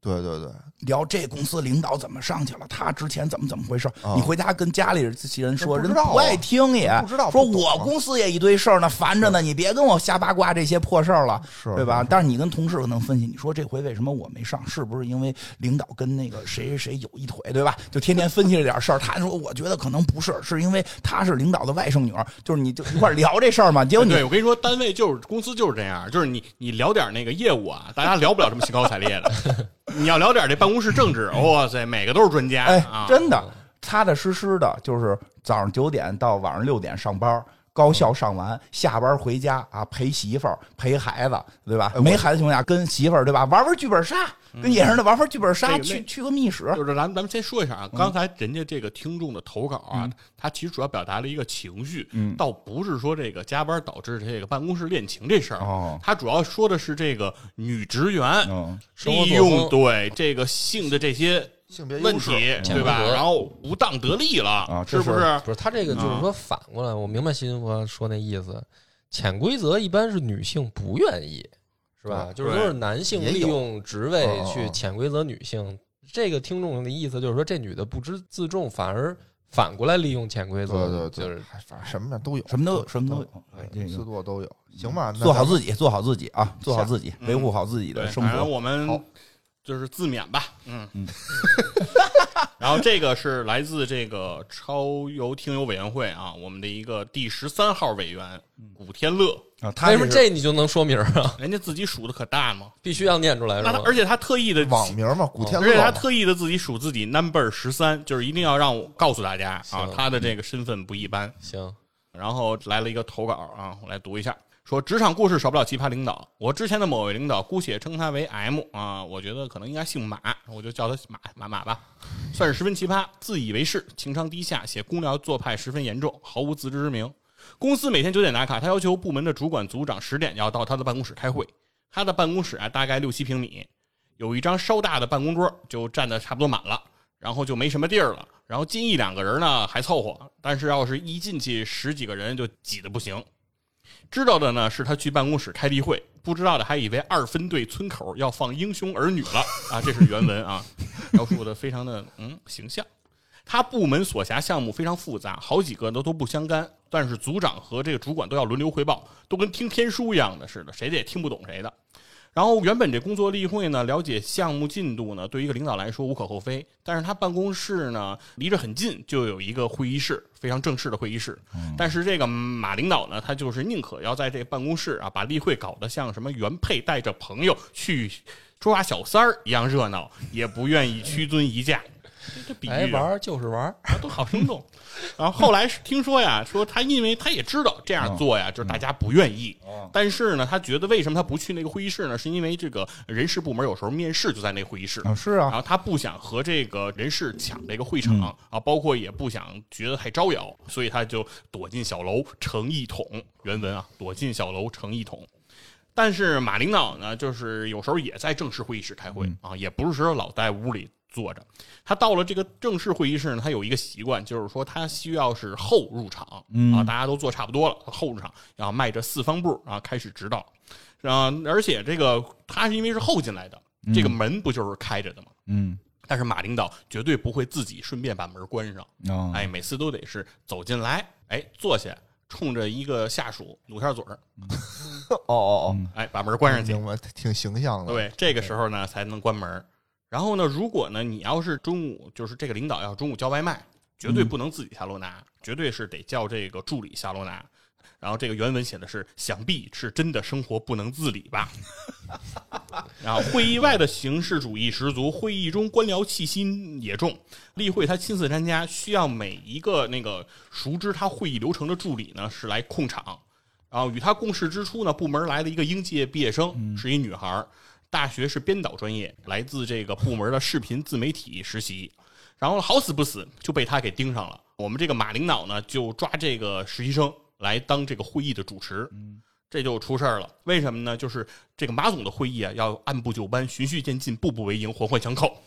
对对对，聊这公司领导怎么上去了，他之前怎么怎么回事？啊你回家跟家里人说，那不人知道啊不爱听也不知道说不懂啊我公司也一堆事儿呢，烦着呢，你别跟我瞎八卦这些破事儿了，是对吧是？但是你跟同事可能分析，你说这回为什么我没上？是不是因为领导跟那个谁谁谁有一腿，对吧？就天天分析这点事儿。他说，我觉得可能不是，是因为她是领导的外甥女儿，就是你就一块儿聊这事儿嘛。结果你对，我跟你说，单位就是公司就是这样，就是你你聊点那个业务啊，大家聊不了这么兴高采烈 *laughs* 的。你要聊点这办公室政治，哇塞，每个都是专家哎啊，，真的踏踏实实的，就是早上九点到晚上六点上班，高校上完，下班回家啊，陪媳妇儿，陪孩子，对吧？没孩子情况下，跟媳妇儿对吧，玩玩剧本杀，跟野人的玩玩剧本杀，这个去那去个密室，就是咱们咱们先说一下嗯啊，刚才人家这个听众的投稿啊，他其实主要表达了一个情绪，嗯倒不是说这个加班导致这个办公室恋情这事儿，哦他主要说的是这个女职员、嗯，生活利作风用对这个性的这些性别问优势题，对吧潜规？则然后不当得利了，啊是这是不是？不是他这个啊就是说反过来，我明白新哥说那意思，潜规则一般是女性不愿意，是吧？就是都是男性也有利用职位哦哦哦去潜规则女性。这个听众的意思就是说，这女的不知自重，反而反过来利用潜规则，对对就对是，哎反正什么的都有，什么都有，什么都有有，哎，对这四个嗯座都有，行吧？那做好咱们自己，做好自己啊，做好自己，嗯维护好自己对，的生反正活。好我们就是自勉吧，嗯。 *laughs* 然后这个是来自这个超游听友委员会啊，我们的一个第十三号委员古天乐，啊，他为什么是这你就能说明儿啊？人家自己数的可大嘛，必须要念出来是那他吗？而且他特意的网名嘛，哦古天而且乐他嘛，特意的自己数自己 number 十三，就是一定要让我告诉大家啊行，他的这个身份不一般。行， *laughs* 然后来了一个投稿啊，我来读一下，说职场故事少不了奇葩领导。我之前的某位领导，姑且称他为 M 啊，我觉得可能应该姓马，我就叫他马马马吧，算是十分奇葩，自以为是，情商低下，且公僚做派十分严重，毫无自知之明。公司每天九点打卡，他要求部门的主管、组长十点要到他的办公室开会。他的办公室啊，大概六七平米，有一张稍大的办公桌，就占的差不多满了，然后就没什么地儿了。然后进一两个人呢还凑合，但是要是一进去十几个人就挤得不行。知道的呢是他去办公室开例会，不知道的还以为二分队村口要放《英雄儿女》了啊！这是原文啊，描述的非常的嗯形象。他部门所辖项目非常复杂，好几个都都不相干，但是组长和这个主管都要轮流汇报，都跟听天书一样的似的，谁的也听不懂谁的。然后原本这工作例会呢，了解项目进度呢，对于一个领导来说无可厚非。但是他办公室呢离着很近，就有一个会议室，非常正式的会议室。但是这个马领导呢，他就是宁可要在这办公室啊，把例会搞得像什么原配带着朋友去抓小三儿一样热闹，也不愿意屈尊一价。这这比哎，喻玩啊儿就是玩儿，啊，都好生动。 *laughs* 然后后来是听说呀，说他因为他也知道这样做呀，就是大家不愿意。但是呢，他觉得为什么他不去那个会议室呢？是因为这个人事部门有时候面试就在那会议室。啊，是然啊，后他不想和这个人事抢这个会场、啊，包括也不想觉得太招摇，所以他就躲进小楼成一统。原文啊，躲进小楼成一统。但是马领导呢，就是有时候也在正式会议室开会、啊，也不是说老在屋里坐着。他到了这个正式会议室呢，他有一个习惯，就是说他需要是后入场、啊，大家都坐差不多了，后入场，然后迈着四方步啊开始指导。啊，而且这个他是因为是后进来的，这个门不就是开着的吗？嗯，但是马领导绝对不会自己顺便把门关上，哦哎，每次都得是走进来，哎，坐下，冲着一个下属努下嘴儿，哦哦哎，把门关嗯哦，上去。明白，挺形象的，对，这个时候呢才能关门。然后呢，如果呢你要是中午，就是这个领导要中午叫外卖，绝对不能自己下楼拿，绝对是得叫这个助理下楼拿。然后这个原文写的是，想必是真的生活不能自理吧。然后会议外的形式主义十足，会议中官僚气息也重。例会他亲自参加，需要每一个那个熟知他会议流程的助理呢，是来控场。然后与他共事之初呢，部门来了一个应届毕业生，是一女孩儿，大学是编导专业，来自这个部门的视频自媒体实习。然后好死不死就被他给盯上了。我们这个马领导呢，就抓这个实习生来当这个会议的主持。这就出事儿了。为什么呢？就是这个马总的会议啊，要按部就班、循序渐进、步步为营、环环相扣。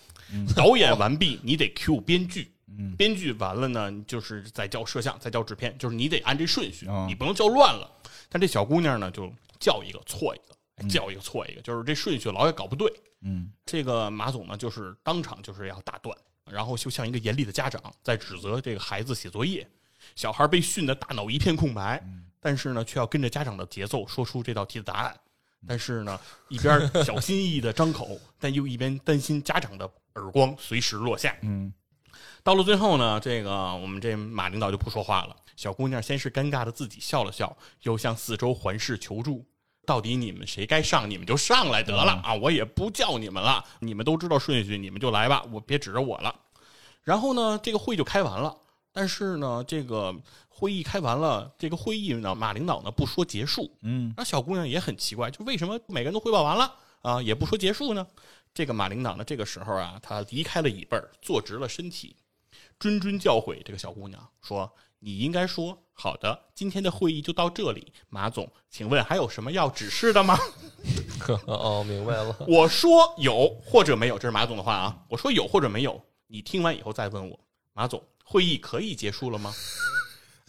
导演完毕，你得 Q 编剧，编剧完了呢，就是再叫摄像，再叫制片，就是你得按这顺序哦，你不能叫乱了。但这小姑娘呢，就叫一个错一个，叫一个错一个，就是这顺序老也搞不对。嗯这个马总呢，就是当场就是要打断，然后就像一个严厉的家长在指责这个孩子写作业，小孩被训得大脑一片空白，但是呢，却要跟着家长的节奏说出这道题的答案。但是呢，一边儿小心翼翼的张口，但又一边担心家长的耳光随时落下。嗯到了最后呢，这个我们这马领导就不说话了。小姑娘先是尴尬的自己笑了笑，又向四周环视求助。到底你们谁该上，你们就上来得了啊！我也不叫你们了，你们都知道顺序，你们就来吧，我别指着我了。然后呢，这个会就开完了。但是呢，这个会议开完了，这个会议呢，马领导呢不说结束，嗯那小姑娘也很奇怪，就为什么每个人都汇报完了啊，也不说结束呢？这个马领导呢，这个时候啊，他离开了椅背儿，坐直了身体，谆谆教诲这个小姑娘说：“你应该说好的，今天的会议就到这里。马总，请问还有什么要指示的吗？”哦，明白了，我说有或者没有，这是马总的话啊。我说有或者没有，你听完以后再问我，马总，会议可以结束了吗？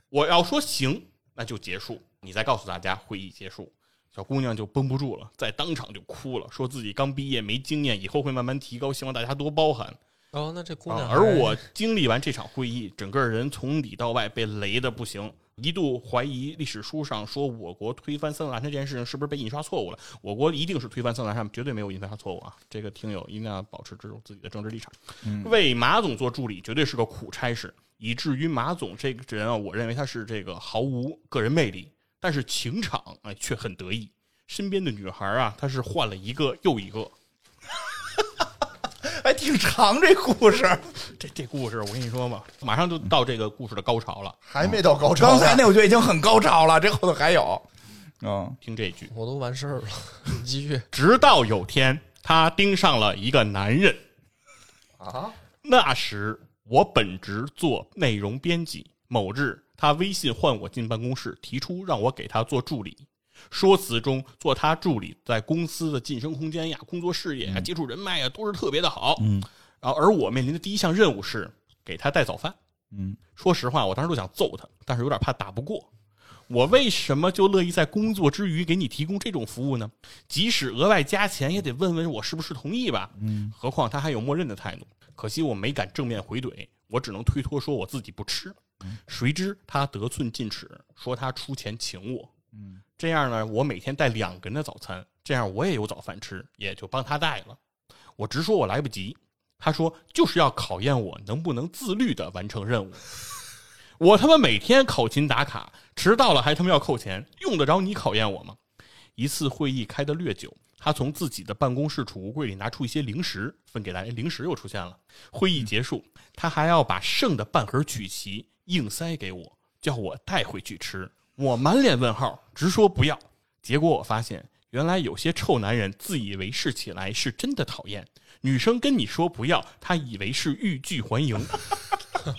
我要说行，那就结束，你再告诉大家会议结束。小姑娘就绷不住了，在当场就哭了，说自己刚毕业没经验，以后会慢慢提高，希望大家多包涵。哦，那这姑啊娘还，而我经历完这场会议，整个人从里到外被雷的不行，一度怀疑历史书上说我国推翻三藏南禅这件事情是不是被印刷错误了。我国一定是推翻三藏南禅，绝对没有印刷错误啊！这个听友一定要保持这种自己的政治立场。为马总做助理绝对是个苦差事，以至于马总这个人啊，我认为他是这个毫无个人魅力，但是情场哎却很得意。身边的女孩啊，她是换了一个又一个。还挺长这 *laughs* 故事。这这故事我跟你说吧，马上就到这个故事的高潮了。还没到高潮刚呢，才那我觉得已经很高潮了，这后头还有。嗯听这句，我都完事儿了，你继续。直到有天她盯上了一个男人。啊，那时我本职做内容编辑，某日他微信唤我进办公室，提出让我给他做助理。说辞中，做他助理在公司的晋升空间呀、工作视野呀、接触人脉呀，都是特别的好。嗯，然后而我面临的第一项任务是给他带早饭。嗯说实话，我当时都想揍他，但是有点怕打不过。我为什么就乐意在工作之余给你提供这种服务呢？即使额外加钱，也得问问我是不是同意吧。嗯，何况他还有默认的态度。可惜我没敢正面回怼，我只能推脱说我自己不吃。谁知他得寸进尺，说他出钱请我。嗯这样呢，我每天带两个人的早餐，这样我也有早饭吃，也就帮他带了。我直说我来不及，他说就是要考验我能不能自律的完成任务。我他妈每天考勤打卡，迟到了还他妈要扣钱，用得着你考验我吗？一次会议开得略久，他从自己的办公室储物柜里拿出一些零食分给大家，哎零食又出现了。会嗯议结束，他还要把剩的半盒曲奇硬塞给我，叫我带回去吃。我满脸问号，直说不要。结果我发现，原来有些臭男人自以为是起来是真的讨厌。女生跟你说不要，他以为是欲拒还迎。 *laughs*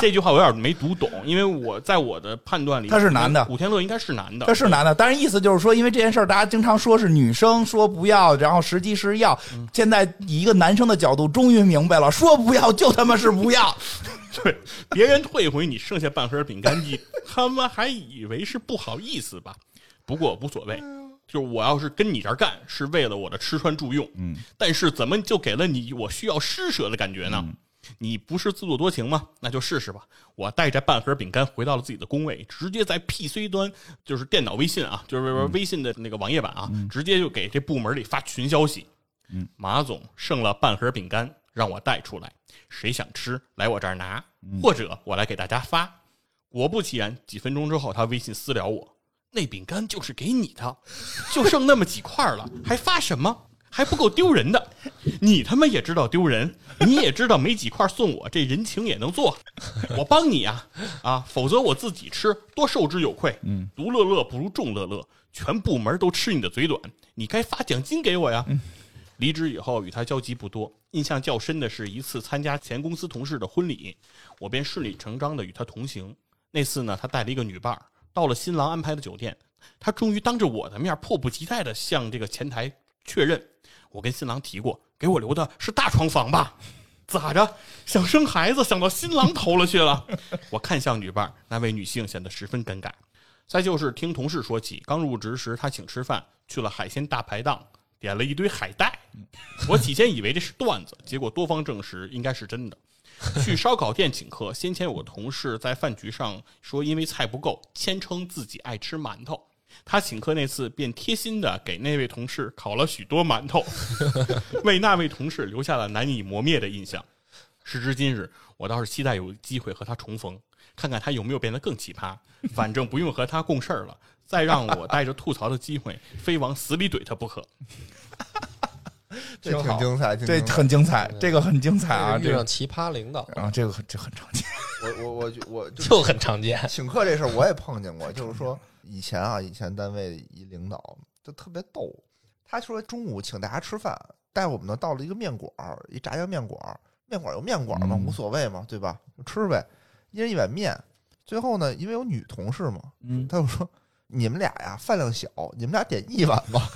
这句话我有点没读懂，因为我在我的判断里，他是男的古天乐应该是男的，他是男的，但是意思就是说，因为这件事儿，大家经常说是女生说不要，然后实际是要。嗯现在以一个男生的角度，终于明白了，说不要就他妈是不 *laughs* 要。 *laughs* 对，别人退回你剩下半盒饼干机，他们还以为是不好意思吧？不过无所谓，就是我要是跟你这儿干，是为了我的吃穿住用，嗯，但是怎么就给了你我需要施舍的感觉呢？你不是自作多情吗？那就试试吧。我带着半盒饼干回到了自己的工位，直接在 PC 端，就是电脑微信啊，就是微信的那个网页版啊，直接就给这部门里发群消息。马总剩了半盒饼干，让我带出来，谁想吃来我这儿拿，或者我来给大家发。果不其然，几分钟之后，他微信私聊我，那饼干就是给你的，就剩那么几块了，还发什么？还不够丢人的，你他妈也知道丢人，你也知道没几块送我，这人情也能做，我帮你啊啊，否则我自己吃多受之有愧。嗯，独乐乐不如众乐乐，全部门都吃你的嘴短，你该发奖金给我呀。离职以后与他交集不多，印象较深的是一次参加前公司同事的婚礼，我便顺理成章的与他同行。那次呢，他带了一个女伴儿，到了新郎安排的酒店，他终于当着我的面迫不及待地向这个前台确认，我跟新郎提过，给我留的是大床房吧？咋着？想生孩子，想到新郎头了去了？ *laughs* 我看向女伴，那位女性显得十分尴尬。再就是听同事说起，刚入职时他请吃饭，去了海鲜大排档，点了一堆海带。我起先以为这是段子，结果多方证实应该是真的。去烧烤店请客，先前有个同事在饭局上说，因为菜不够，谦称自己爱吃馒头。他请客那次便贴心的给那位同事烤了许多馒头，为那位同事留下了难以磨灭的印象。时至今日，我倒是期待有机会和他重逢，看看他有没有变得更奇葩。反正不用和他共事儿了，再让我带着吐槽的机会，非往死里怼他不可。这挺挺好精彩，挺这精彩很精彩，这个很精彩啊，遇这个上奇葩领导啊，这个很这很常见。我我我就我就就很常 *laughs* 见。请客这事儿我也碰见过，就是说以前啊，以前单位一领导就特别逗，他说中午请大家吃饭，带我们呢到了一个面馆儿，一炸酱面馆儿，面馆儿有面馆儿嘛，嗯无所谓嘛，对吧？就吃呗，一人一碗面。最后呢，因为有女同事嘛，嗯，他就说你们俩呀饭量小，你们俩点一碗吧。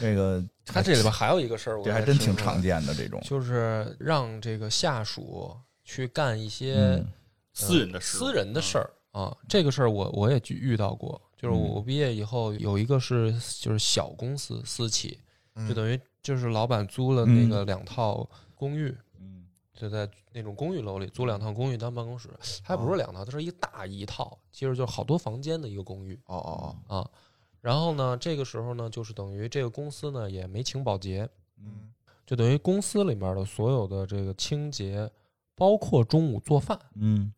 这个 *laughs* 他这里边还有一个事儿，我这还也真听挺说常见的这种过，。就是让这个下属去干一些、呃嗯私人的事，嗯私人的事儿啊，这个事儿我我也遇遇到过，就是嗯我我毕业以后有一个是就是小公司私企，嗯就等于就是老板租了那个两套公寓，嗯就在那种公寓楼里租两套公寓当办公室，它哦不是两套，它是一大一套，其实就是好多房间的一个公寓哦哦啊。然后呢，这个时候呢，就是等于这个公司呢也没请保洁，嗯就等于公司里面的所有的这个清洁，包括中午做饭。嗯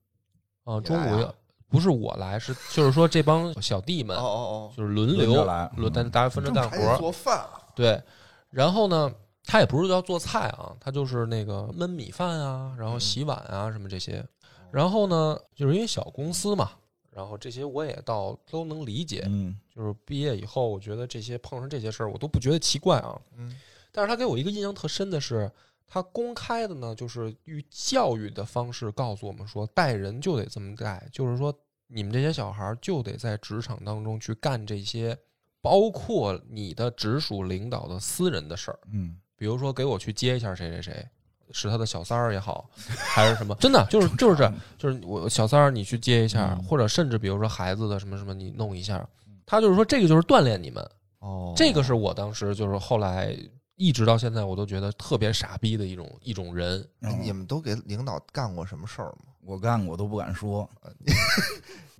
啊，你中来午啊要不是我来，是 *laughs* 就是说这帮小弟哦们哦哦，就是轮轮流着来嗯轮，大家大家分着正干常得活儿。做饭，啊对，然后呢，他也不是要做菜啊，他就是那个焖米饭啊，嗯然后洗碗啊什么这些。哦然后呢，就是因为小公司嘛，然后这些我也倒都能理解。嗯就是毕业以后，我觉得这些碰上这些事儿，我都不觉得奇怪啊。嗯，但是他给我一个印象特深的是，他公开的呢，就是以教育的方式告诉我们说，带人就得这么带，就是说你们这些小孩儿就得在职场当中去干这些，包括你的直属领导的私人的事儿，嗯，比如说给我去接一下谁谁谁。是他的小三儿也好，还是什 *laughs* 么？真的就是就是这，就是我小三儿，你去接一下，嗯或者甚至比如说孩子的什么什么，你弄一下。他就是说，这个就是锻炼你们，哦这个是我当时就是后来一直到现在我都觉得特别傻逼的一种一种人。哎嗯你们都给领导干过什么事儿吗？我干过都不敢说，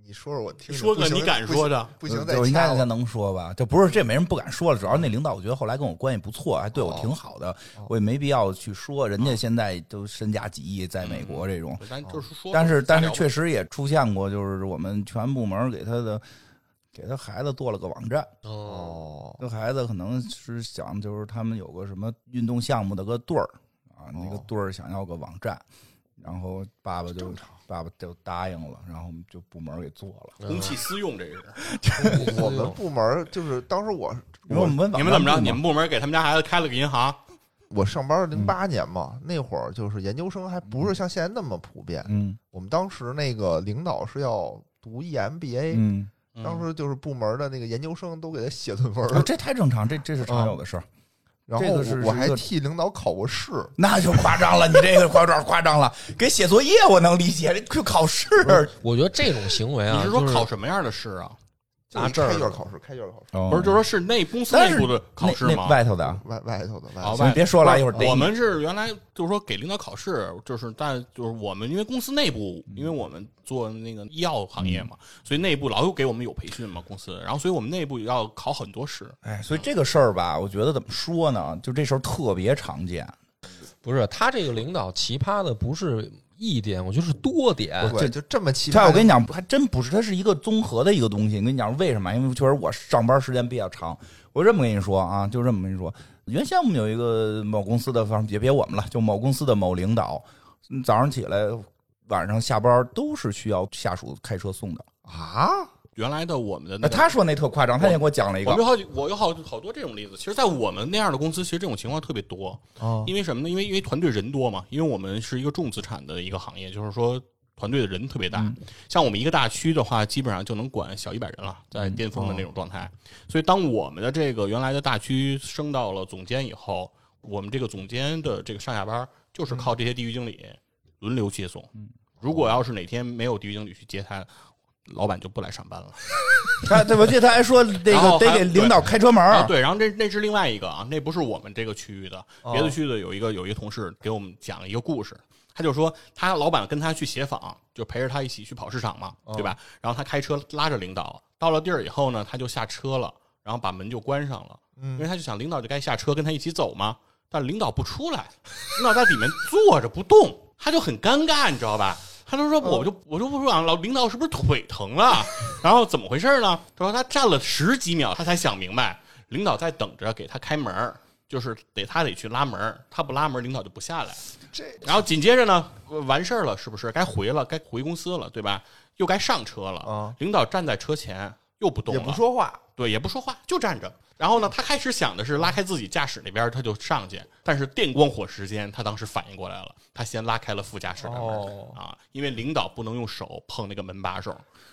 你说说我听听，说不个行你敢说的，不行，不行再我应掐该我应该能说吧？这不是这没人不敢说了，主要是那领导我觉得后来跟我关系不错，还对哦我挺好的，我也没必要去说。人家现在都身价几亿，在嗯美国这种，咱就是说，但是但是实确实也出现过，就是我们全部门给他的给他孩子做了个网站，哦，这孩子可能是想就是他们有个什么运动项目的个队儿啊，那个哦队儿想要个网站，然后爸爸就爸爸就答应了，然后我们就部门给做了。公器私用这个。嗯 *laughs* 我们部门儿就是当时我因为我我们问你们怎么着？网站部你们部门给他们家孩子开了个银行，我上班嗯零八年嘛，那会儿就是研究生还不是像现在那么普遍。嗯我们当时那个领导是要读 E 哎 EMBA，嗯，当时就是部门的那个研究生都给他写论文啊哎儿，这太正常，这这是常有的事儿，哦然后这个是我我还是一个替领导考过试。 *laughs* 那就夸张了，你这个有点夸张了。给写作业我能理解，去考试 *laughs* 我觉得这种行哎为啊，你是说就考什么样的试嗯啊？就是拿证儿开卷考试，开卷考试，不是，就说是内公司哦但内是部的考试那那吗？外头的啊，外外头的外哦头外行，别说了，一会儿逮我你们是原来就是说给领导考试，就是但就是我们因为公司内部，因为我们做那个医药行业嗯嘛，所以内部老有给我们有培训嘛公司，然后所以我们内部要考很多试。哎，所以这个事儿吧，我觉得怎么说呢？就这事儿特别常见，不是他这个领导奇葩的不是一点，我觉得是多点。对啊这就这么奇但葩。我跟你讲，还真不是，它是一个综合的一个东西。我跟你讲为什么？因为确实我上班时间比较长。我这么跟你说啊，就这么跟你说，原先我们有一个某公司的，反正也别我们了，就某公司的某领导，嗯早上起来、晚上下班都是需要下属开车送的。啊，原来的我们的那那个哎他说那特夸张，他也给我讲了一我们个有好几，我有好好多这种例子。其实，在我们那样的公司，其实这种情况特别多。哦因为什么呢？因为因为团队人多嘛，因为我们是一个重资产的一个行业，就是说团队的人特别大，嗯像我们一个大区的话，基本上就能管小一百人了，在嗯巅峰哦的那种状态。所以，当我们的这个原来的大区升到了总监以后，我们这个总监的这个上下班嗯就是靠这些地域经理轮流接送。如果要是哪天没有地域经理去接他，老板就不来上班了。他对我记得他还说那然个后得还给领导开车门啊，儿，对，然后这那是另外一个啊，那不是我们这个区域的，别的区域的有一个有一个同事给我们讲了一个故事，他就说他老板跟他去协访，就陪着他一起去跑市场嘛，对吧？然后他开车拉着领导到了地儿以后呢，他就下车了，然后把门就关上了，因为嗯，他就想领导就该下车跟他一起走嘛，但领导不出来， *laughs* 领导在里面坐着不动，他就很尴尬，你知道吧？他就说嗯我就我就不想老领导是不是腿疼了？ *laughs* 然后怎么回事呢？他说他站了十几秒，他才想明白，领导在等着给他开门儿，就是得他得去拉门儿，他不拉门儿，领导就不下来。这然后紧接着呢，呃完事儿了，是不是该回了？该回公司了，对吧？又该上车了。啊领导站在车前又不动也了，不说话，对，也不说话，就站着。然后呢，他开始想的是拉开自己驾驶那边，他就上去。但是电光火石间，他当时反应过来了，他先拉开了副驾驶的门、哦啊，因为领导不能用手碰那个门把手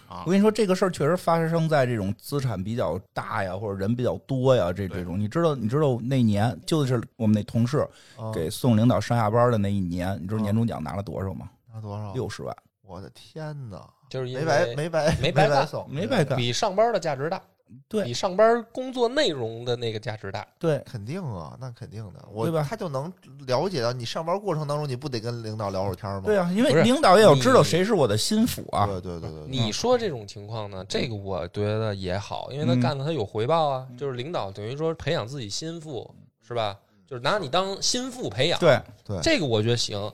啊我。跟你说，这个事儿确实发生在这种资产比较大呀，或者人比较多呀，这这种。你知道，你知道那年就是我们那同事啊给送领导上下班的那一年，你知道嗯年终奖拿了多少吗？拿多少？六十万，我的天哪，就是因没为白没白没白白干送，没白干。比上班的价值大，对比上班工作内容的那个价值大。对，肯定啊，那肯定的，我对吧他就能了解到你上班过程当中，你不得跟领导聊会儿天儿吗？对啊，因不为是领导也有知道你谁是我的心腹啊。对对对对，对你说这种情况呢，这个我觉得也好，因为他嗯干的他有回报啊，就是领导等于说培养自己心腹是吧？就是拿你当心腹培养，嗯对， *laughs* 这个我觉得行。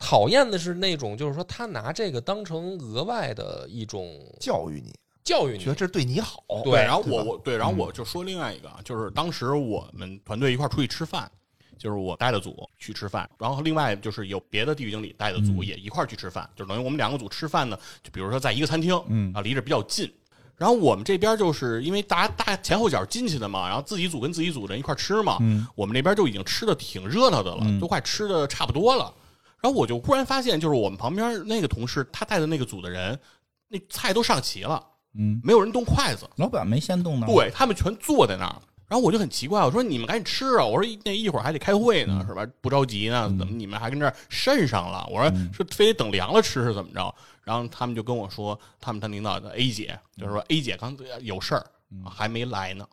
讨厌的是那种，就是说他拿这个当成额外的一种教育你，教育你觉得，这对你好，对然后对我吧我对，然后嗯我就说另外一个，啊，就是当时我们团队一块儿出去吃饭，就是我带的组去吃饭，然后另外就是有别的地域经理带的组嗯也一块儿去吃饭，就等于我们两个组吃饭呢，就比如说在一个餐厅，嗯啊，离着比较近。然后我们这边就是因为大家大家前后脚进去的嘛，然后自己组跟自己组人一块儿吃嘛，嗯我们那边就已经吃的挺热闹的了，嗯都快吃的差不多了。然后我就忽然发现，就是我们旁边那个同事他带的那个组的人，那菜都上齐了，嗯，没有人动筷子，老板没先动呢。，对他们全坐在那儿。然后我就很奇怪，我说你们赶紧吃啊！我说那一会儿还得开会呢，嗯是吧？不着急呢，怎么你们还跟这儿渗上了？我说嗯是非得等凉了吃是怎么着？然后他们就跟我说，他们他领导的 A 姐就是嗯说 A 姐刚有事儿还没来呢。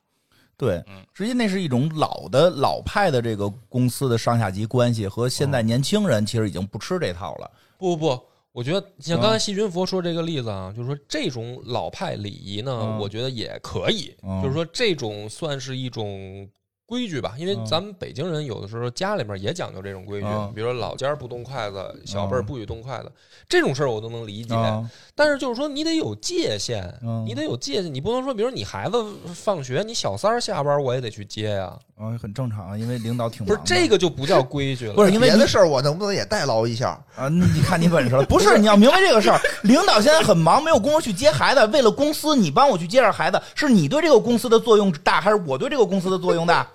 对，嗯实际那是一种老的老派的这个公司的上下级关系，和现啊在年轻人其实已经不吃这套了。不不不，我觉得像啊刚才细菌佛说这个例子啊，就是说这种老派礼仪呢啊，我觉得也可以啊，就是说这种算是一种。规矩吧，因为啊咱们北京人有的时候家里面也讲究这种规矩啊，比如说老家儿不动筷子，小辈啊儿不许动筷子，这种事儿我都能理解。啊，但是就是说，你得有界限嗯，你得有界限，你不能说，比如你孩子放学，你小三儿下班我也得去接呀，啊，很正常，因为领导挺不是忙的这个就不叫规矩了。嗯不是因为别你的事儿我能不能也代劳一下？啊，那你看你本 *laughs* 事了，不是？你要明白这个事儿，领导现在很忙，没有功夫去接孩子。为了公司，你帮我去接下孩子，是你对这个公司的作用大，还是我对这个公司的作用大？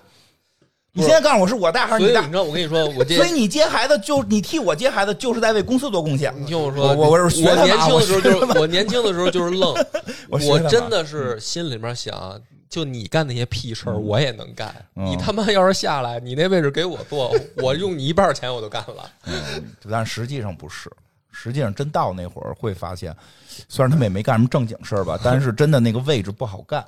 你现在告诉我是我大还是你所以你大知？道，我跟你说， *laughs* 我这所以你接孩子就你替我接孩子，就是在为公司做贡献。你听我我说，我我是学他妈年轻我的时候学就是我年轻的时候就是愣， *laughs* 我学我他妈真的是心里面想，就你干那些屁事儿我也能干，嗯你他妈要是下来，你那位置给我 *laughs* 坐，我用你一半钱我都干了。但实际上不是，实际上真到那会儿会发现，虽然他们也没干什么正经事儿吧，但是真的那个位置不好干。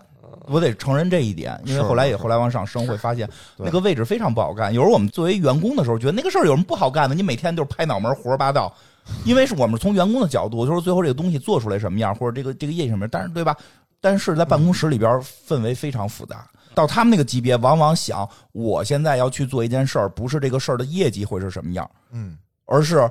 我得承认这一点，因为是后来也是后来往上升，会发现对那个位置非常不好干。有时候我们作为员工的时候，觉得那个事儿有什么不好干的？你每天就是拍脑门胡说八道，因为是我们从员工的角度，就是最后这个东西做出来什么样，或者这个这个业绩什么样，但是对吧？但是在办公室里边氛围非常复杂，到他们那个级别，往往想我现在要去做一件事儿，不是这个事儿的业绩会是什么样，嗯，而是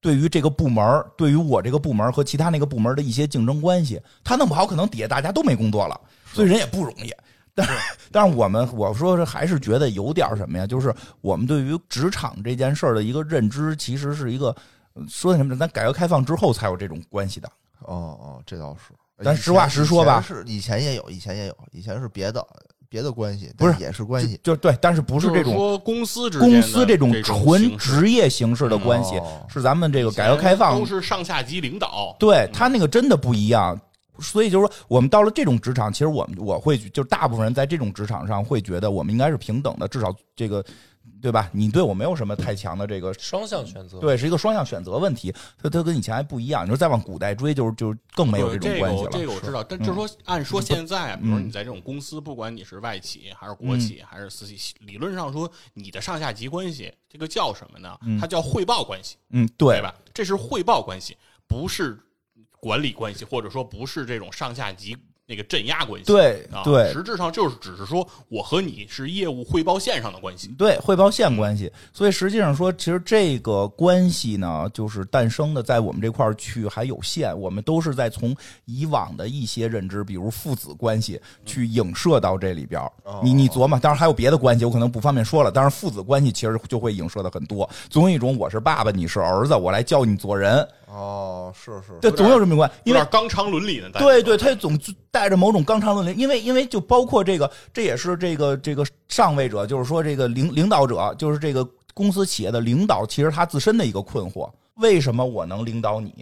对于这个部门儿、对于我这个部门儿和其他那个部门儿的一些竞争关系，他弄不好，可能底下大家都没工作了，所以人也不容易。但是， *laughs* 但是我们我说是还是觉得有点儿什么呀？就是我们对于职场这件事儿的一个认知，其实是一个呃说什么？咱改革开放之后才有这种关系的。哦哦，这倒是。咱以实话前实说吧以前是以前也有，以前也有，以前是别的别的关系，不是但也是关系，就就对，但是不是这就是种说公司之间的公司这种纯形式职业形式的关系，哦是咱们这个改革开放都是上下级领导，对他那个真的不一样。所以就是说，我们到了这种职场，其实我们我会就大部分人在这种职场上会觉得我们应该是平等的，至少这个对吧？你对我没有什么太强的这个。双向选择，对，是一个双向选择问题，它它跟以前还不一样。你说再往古代追，就是就是更没有对这种个关系我了。呃嗯这个我知道，但就是说，按说现在，比如你在这种公司，不管你是外企还是国嗯企还是私企，理论上说，你的上下级关系，这个叫什么呢？它叫汇报关系，嗯，对对，吧？这是汇报关系，不是管理关系，或者说不是这种上下级那个镇压关系。对啊，对实质上就是只是说我和你是业务汇报线上的关系。对，汇报嗯线关系。所以实际上说，其实这个关系呢，就是诞生的在我们这块儿去还有限，我们都是在从以往的一些认知，比如父子关系，嗯去影射到这里边儿。哦你你琢磨，当然还有别的关系，我可能不方便说了。但是父子关系其实就会影射的很多，总有一种我是爸爸，你是儿子，我来教你做人，哦，是是，这点总有这么一关，因为有点纲常伦理的，对对，他总带着某种纲常论理，因为因为就包括这个，这也是这个这个上位者，就是说这个领领导者，就是这个公司企业的领导，其实他自身的一个困惑：为什么我能领导你？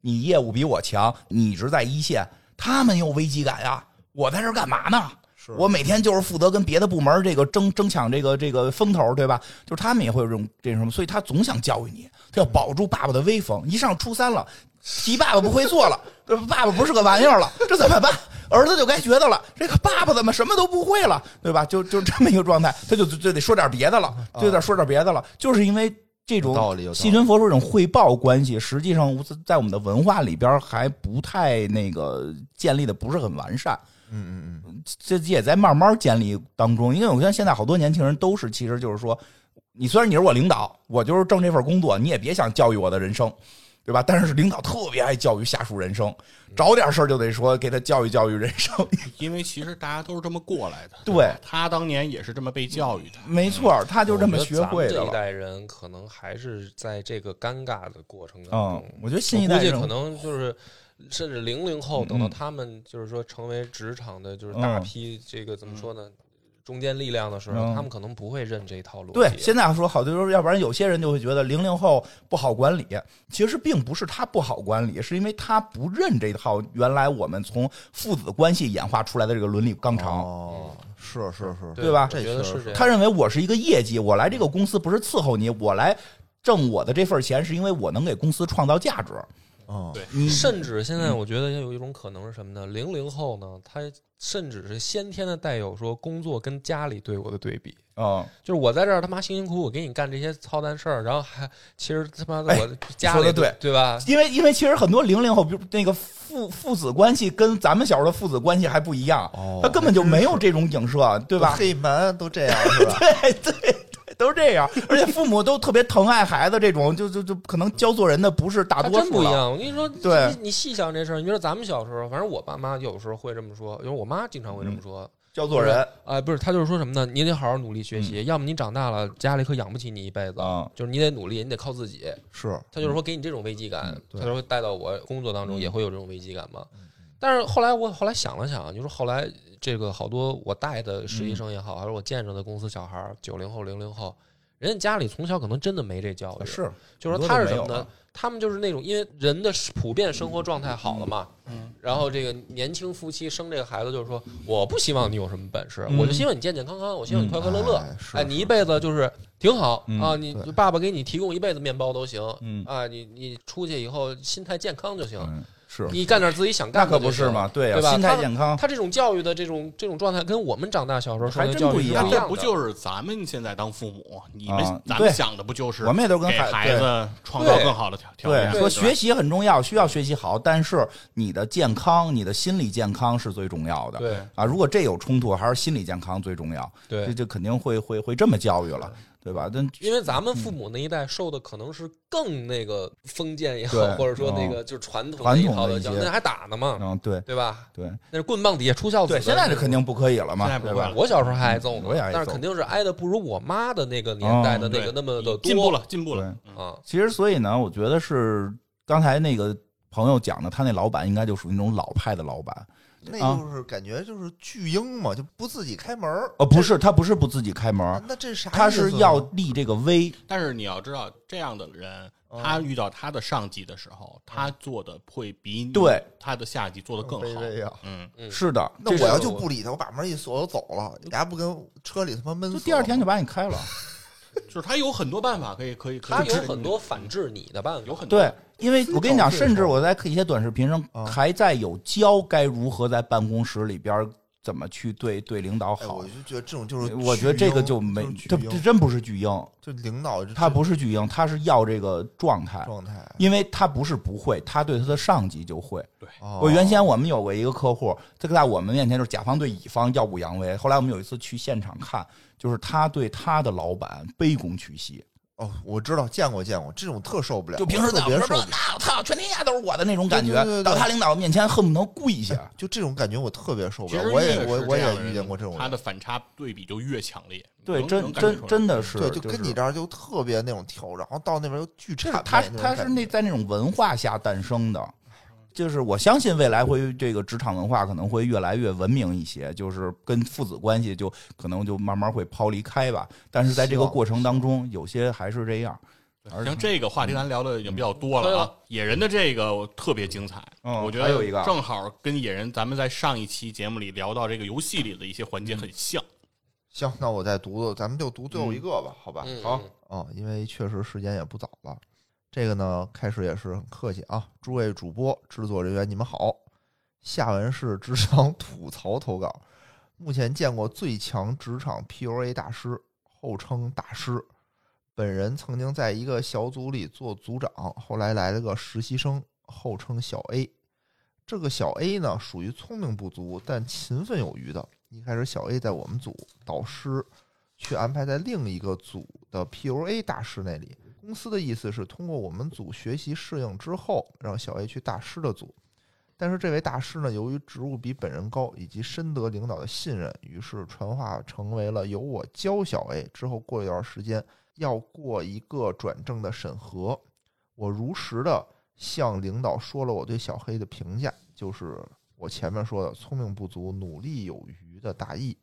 你业务比我强，你一直在一线，他们有危机感呀、我在这儿干嘛呢？是我每天就是负责跟别的部门这个争争抢这个这个风头，对吧？就是他们也会有这种这种什么，所以他总想教育你，他要保住爸爸的威风。一上初三了，提爸爸不会做了，对吧爸爸不是个玩意儿了，这怎么办？儿子就该觉得了，这个爸爸怎么什么都不会了，对吧？就就这么一个状态，他就就就得说点别的了，就得说点别的了，就是因为这种啊有道理有道理细菌佛说这种汇报关系，实际上在我们的文化里边还不太那个建立的不是很完善。嗯嗯嗯，这也在慢慢建立当中。因为我觉得现在好多年轻人都是，其实就是说，你虽然你是我领导，我就是挣这份工作，你也别想教育我的人生，对吧？但是领导特别爱教育下属人生，找点事儿就得说给他教育教育人 *laughs* 生。因为其实大家都是这么过来的。对吧他当年也是这么被教育的。 *laughs* 没错，他就这么我觉学得咱会们的这一了。代人可能还是在这个尴尬的过程当嗯中，，我觉得新一我代估计人可能就是甚至零零后，等到嗯他们就是说成为职场的，就是大嗯批这个怎么说呢，中坚力量的时候，嗯他们可能不会认这一套逻辑。对，现在说好多，就是要不然有些人就会觉得零零后不好管理，其实并不是他不好管理，是因为他不认这套原来我们从父子关系演化出来的这个伦理纲常。哦，是是是，对吧我觉这得确实是这样。他认为我是一个业绩，我来这个公司不是伺候你，我来挣我的这份钱是因为我能给公司创造价值。嗯，对你甚至现在我觉得有一种可能是什么呢？零零后呢，他甚至是先天的带有说工作跟家里对我的对比，嗯，就是我在这儿他妈辛辛苦苦给你干这些操蛋事儿，然后还其实他妈的哎我家说里得对对吧？因为因为其实很多零零后，比如那个父父子关系跟咱们小时候的父子关系还不一样，哦他根本就没有这种影射，对吧？黑蛮都这样是吧？ *laughs* 对对对，都这样，而且父母都特别疼爱孩子，这种就就就可能教做人的不是大他多真数不一了。样，我跟你说，对你你细想这事儿，你说咱们小时候，反正我爸妈有时候会这么说，因为我妈经常会这嗯么说，教做人，啊、不是，他就是说什么呢？你得好好努力学习，要么你长大了家里可养不起你一辈子，嗯就是你得努力，你得靠自己。啊是他就是说给你这种危机感，对他就会带到我工作当中也会有这种危机感嘛。但是后来我后来想了想，就说后来这个好多我带的实习生也好，还是我见着的公司小孩儿，九零后、零零后，人家家里从小可能真的没这教育，啊是，就是很多说他都是没什有么呢了？他们就是那种因为人的普遍生活状态好了嘛，嗯，然后这个年轻夫妻生这个孩子，就是说，我不希望你有什么本事，嗯我就希望你健健康康，我希望你快快乐乐哎。是哎，你一辈子就是挺好嗯啊，你对爸爸给你提供一辈子面包都行嗯啊，你你出去以后心态健康就行，嗯是，你干点自己想那干的可就不行是嘛？对对呀，吧心态他健康，他这种教育的这种这种状态，跟我们长大小时候受还的真教不育一是样不一这样不的。就是咱们现在当父母，你们、啊咱对们想的不就是我们也都跟给孩孩对子创造更好的条条件？对，说是吧学习很重要，需要学习好，但是你的健康、你的心理健康是最重要的。对啊，如果这有冲突，还是心理健康最重要。这对，就肯定会会会这么教育了，对吧？但因为咱们嗯父母那一代受的可能是更那个封建也好对，或者说那嗯个就是传统传那一统套的的一教育，些那还打呢嘛，嗯，对对吧？对那是棍棒底下出孝子的对，那种。现在这肯定不可以了嘛现在，不对会吧了？我小时候还挨揍呢，我也挨揍哦但是肯定是挨的不如我妈的那个年代的那个对那么的多进步了，嗯进步了。啊。其实，所以呢，我觉得是刚才那个朋友讲的，他那老板应该就属于那种老派的老板，那啊就是感觉就是巨婴嘛，就不自己开门儿呃，不是，他不是不自己开门那儿，那这啥意啊思呢？啊他是要立这个威，但是你要知道，这样的人，嗯他遇到他的上级的时候，他做的会比你对他的下级做的更卑好。微呀。嗯，嗯是的，那这是我要就不理他，我把门一锁，我走了，你还不跟车里他妈闷死就我？第二天就把你开了。就是他有很多办法可以可以，可以他有治很多反制你的办法，有很多对，因为我跟你讲，非常甚至我在一些短视频上啊还在有教该如何在办公室里边儿怎么去对对领导哎，好我。就觉得这种就是，我觉得这个就没，这这这真不是巨婴，就领导就他不是巨婴，他是要这个状态，状态。因为他不是不会，他对他的上级就会。哦我原先我们有过一个客户，这个在我们面前就是甲方对乙方耀武扬威。后来我们有一次去现场看，就是他对他的老板卑躬屈膝，哦，我知道见过见过，这种特受不了，就平时在特我别们受说不了，那操，全天下都是我的那种感觉对对对对，到他领导面前恨不能跪一下。就这种感觉我特别受不其了实。我越也是我这我样的也人遇见过这种他人的，反差对比就越强烈。对，能真能感觉真出来真的是，对，就跟是你这儿就特别那种挑，然后到那边又巨这谄是媚他种他是感那觉在那种文化下诞生的，就是我相信未来会这个职场文化可能会越来越文明一些，就是跟父子关系就可能就慢慢会抛离开吧。但是在这个希望过程当中，有些还是这样。而嗯像这个话题咱聊的已经比较多了啊，野人的这个我特别精彩，嗯我觉得还有一个啊正好跟野人咱们在上一期节目里聊到这个游戏里的一些嗯环节很像，行，那我再读读，咱们就读最后一个吧，好吧？嗯嗯哦，因为确实时间也不早了。这个呢，开始也是很客气啊，诸位主播、制作人员，你们好。下文是职场吐槽投稿，目前见过最强职场 PUA 大师，后称大师。本人曾经在一个小组里做组长，后来来了个实习生，后称小 A。这个小 A 呢，属于聪明不足但勤奋有余的。一开始小 A 在我们组，导师去安排在另一个组的 PUA 大师那里。公司的意思是通过我们组学习适应之后，让小 A 去大师的组。但是这位大师呢，由于职务比本人高，以及深得领导的信任，于是传话成为了由我教小 A。之后过了一段时间，要过一个转正的审核，我如实的向领导说了我对小黑的评价，就是我前面说的聪明不足、努力有余的大意。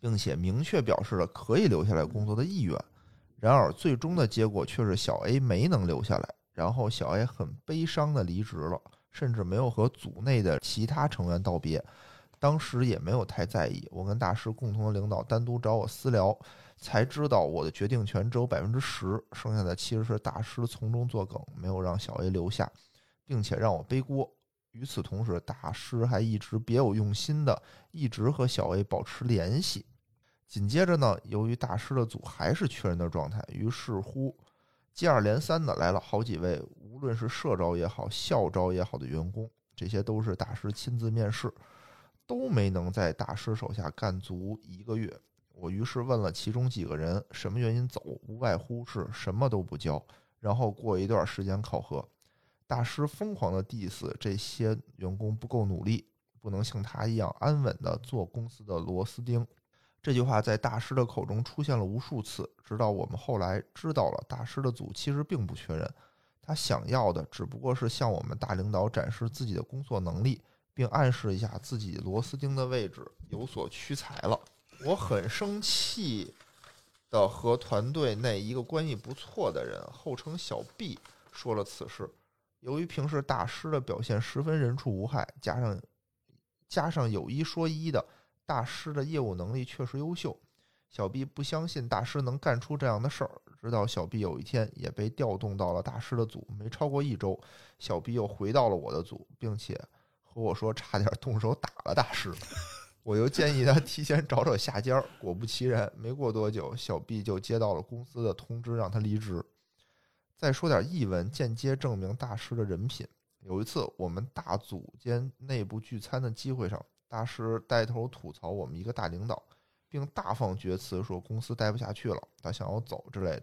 并且明确表示了可以留下来工作的意愿。然而，最终的结果却是小 A 没能留下来，然后小 A 很悲伤的离职了，甚至没有和组内的其他成员道别。当时也没有太在意，我跟大师共同的领导单独找我私聊，才知道我的决定权只有百分之十，剩下的其实是大师从中作梗，没有让小 A 留下，并且让我背锅。与此同时，大师还一直别有用心的一直和小 A 保持联系。紧接着呢，由于大师的组还是缺人的状态，于是乎接二连三的来了好几位，无论是社招也好、校招也好的员工，这些都是大师亲自面试，都没能在大师手下干足一个月。我于是问了其中几个人什么原因走，无外乎是什么都不交，然后过一段时间考核。大师疯狂的 diss 这些员工不够努力，不能像他一样安稳的做公司的螺丝钉。这句话在大师的口中出现了无数次，直到我们后来知道了，大师的组其实并不缺人，他想要的只不过是向我们大领导展示自己的工作能力，并暗示一下自己螺丝钉的位置有所屈才了。我很生气的和团队内一个关系不错的人，后称小 B，说了此事。由于平时大师的表现十分人畜无害，加上加上有一说一的，大师的业务能力确实优秀。小 B 不相信大师能干出这样的事儿，直到小 B 有一天也被调动到了大师的组，没超过一周，小 B 又回到了我的组，并且和我说差点动手打了大师。我又建议他提前找找下家儿，果不其然，没过多久，小 B 就接到了公司的通知，让他离职。再说点译文，间接证明大师的人品。有一次，我们大组间内部聚餐的机会上，大师带头吐槽我们一个大领导，并大放厥词说公司待不下去了，他想要走之类的。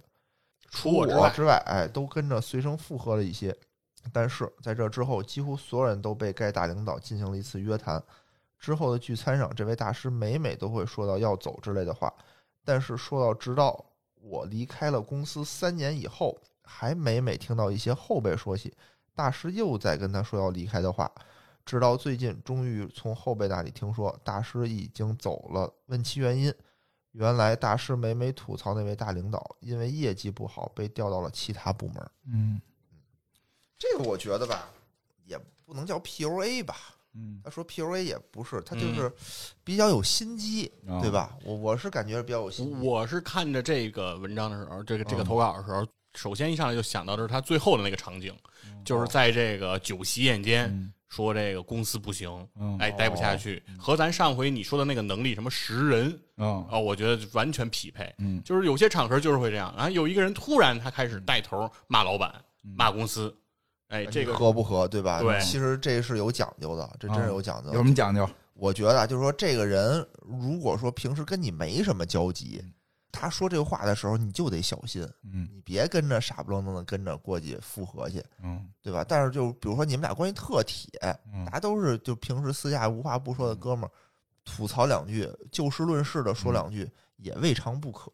除我我之外，之外，哎，都跟着随声附和了一些。但是在这之后，几乎所有人都被该大领导进行了一次约谈。之后的聚餐上，这位大师每每都会说到要走之类的话，但是说到直到我离开了公司三年以后，还每每听到一些后辈说起大师又在跟他说要离开的话。直到最近，终于从后辈那里听说大师已经走了，问其原因。原来大师每每吐槽那位大领导，因为业绩不好被调到了其他部门。嗯这个我觉得吧，也不能叫 PUA 吧。嗯，他说 PUA 也不是，他就嗯是比较有心机，啊对？吧？我我是感觉是比较有心机。我是看着这个文章的时候，这个这个嗯投稿的时候，首先一上来就想到的是他最后的那个场景，就是在这个酒席宴间哦嗯说这个公司不行，嗯哎，待不下去，和咱上回你说的那个能力什么识人嗯啊，我觉得完全匹配。嗯就是有些场合就是会这样，然后有一个人突然他开始带头骂老板、骂公司，哎，这个合不合，对吧？对啊其实这是有讲究的，这真是有讲究有。什么讲究？我觉得啊，就是说这个人如果说平时跟你没什么交集嗯，他说这话的时候你就得小心，嗯你别跟着傻不愣登的跟着过去附和去，嗯对吧？但是就比如说你们俩关系特铁，嗯大家都是就平时私下无话不说的哥们儿，吐槽两句，就事论事的说两句也未尝不可，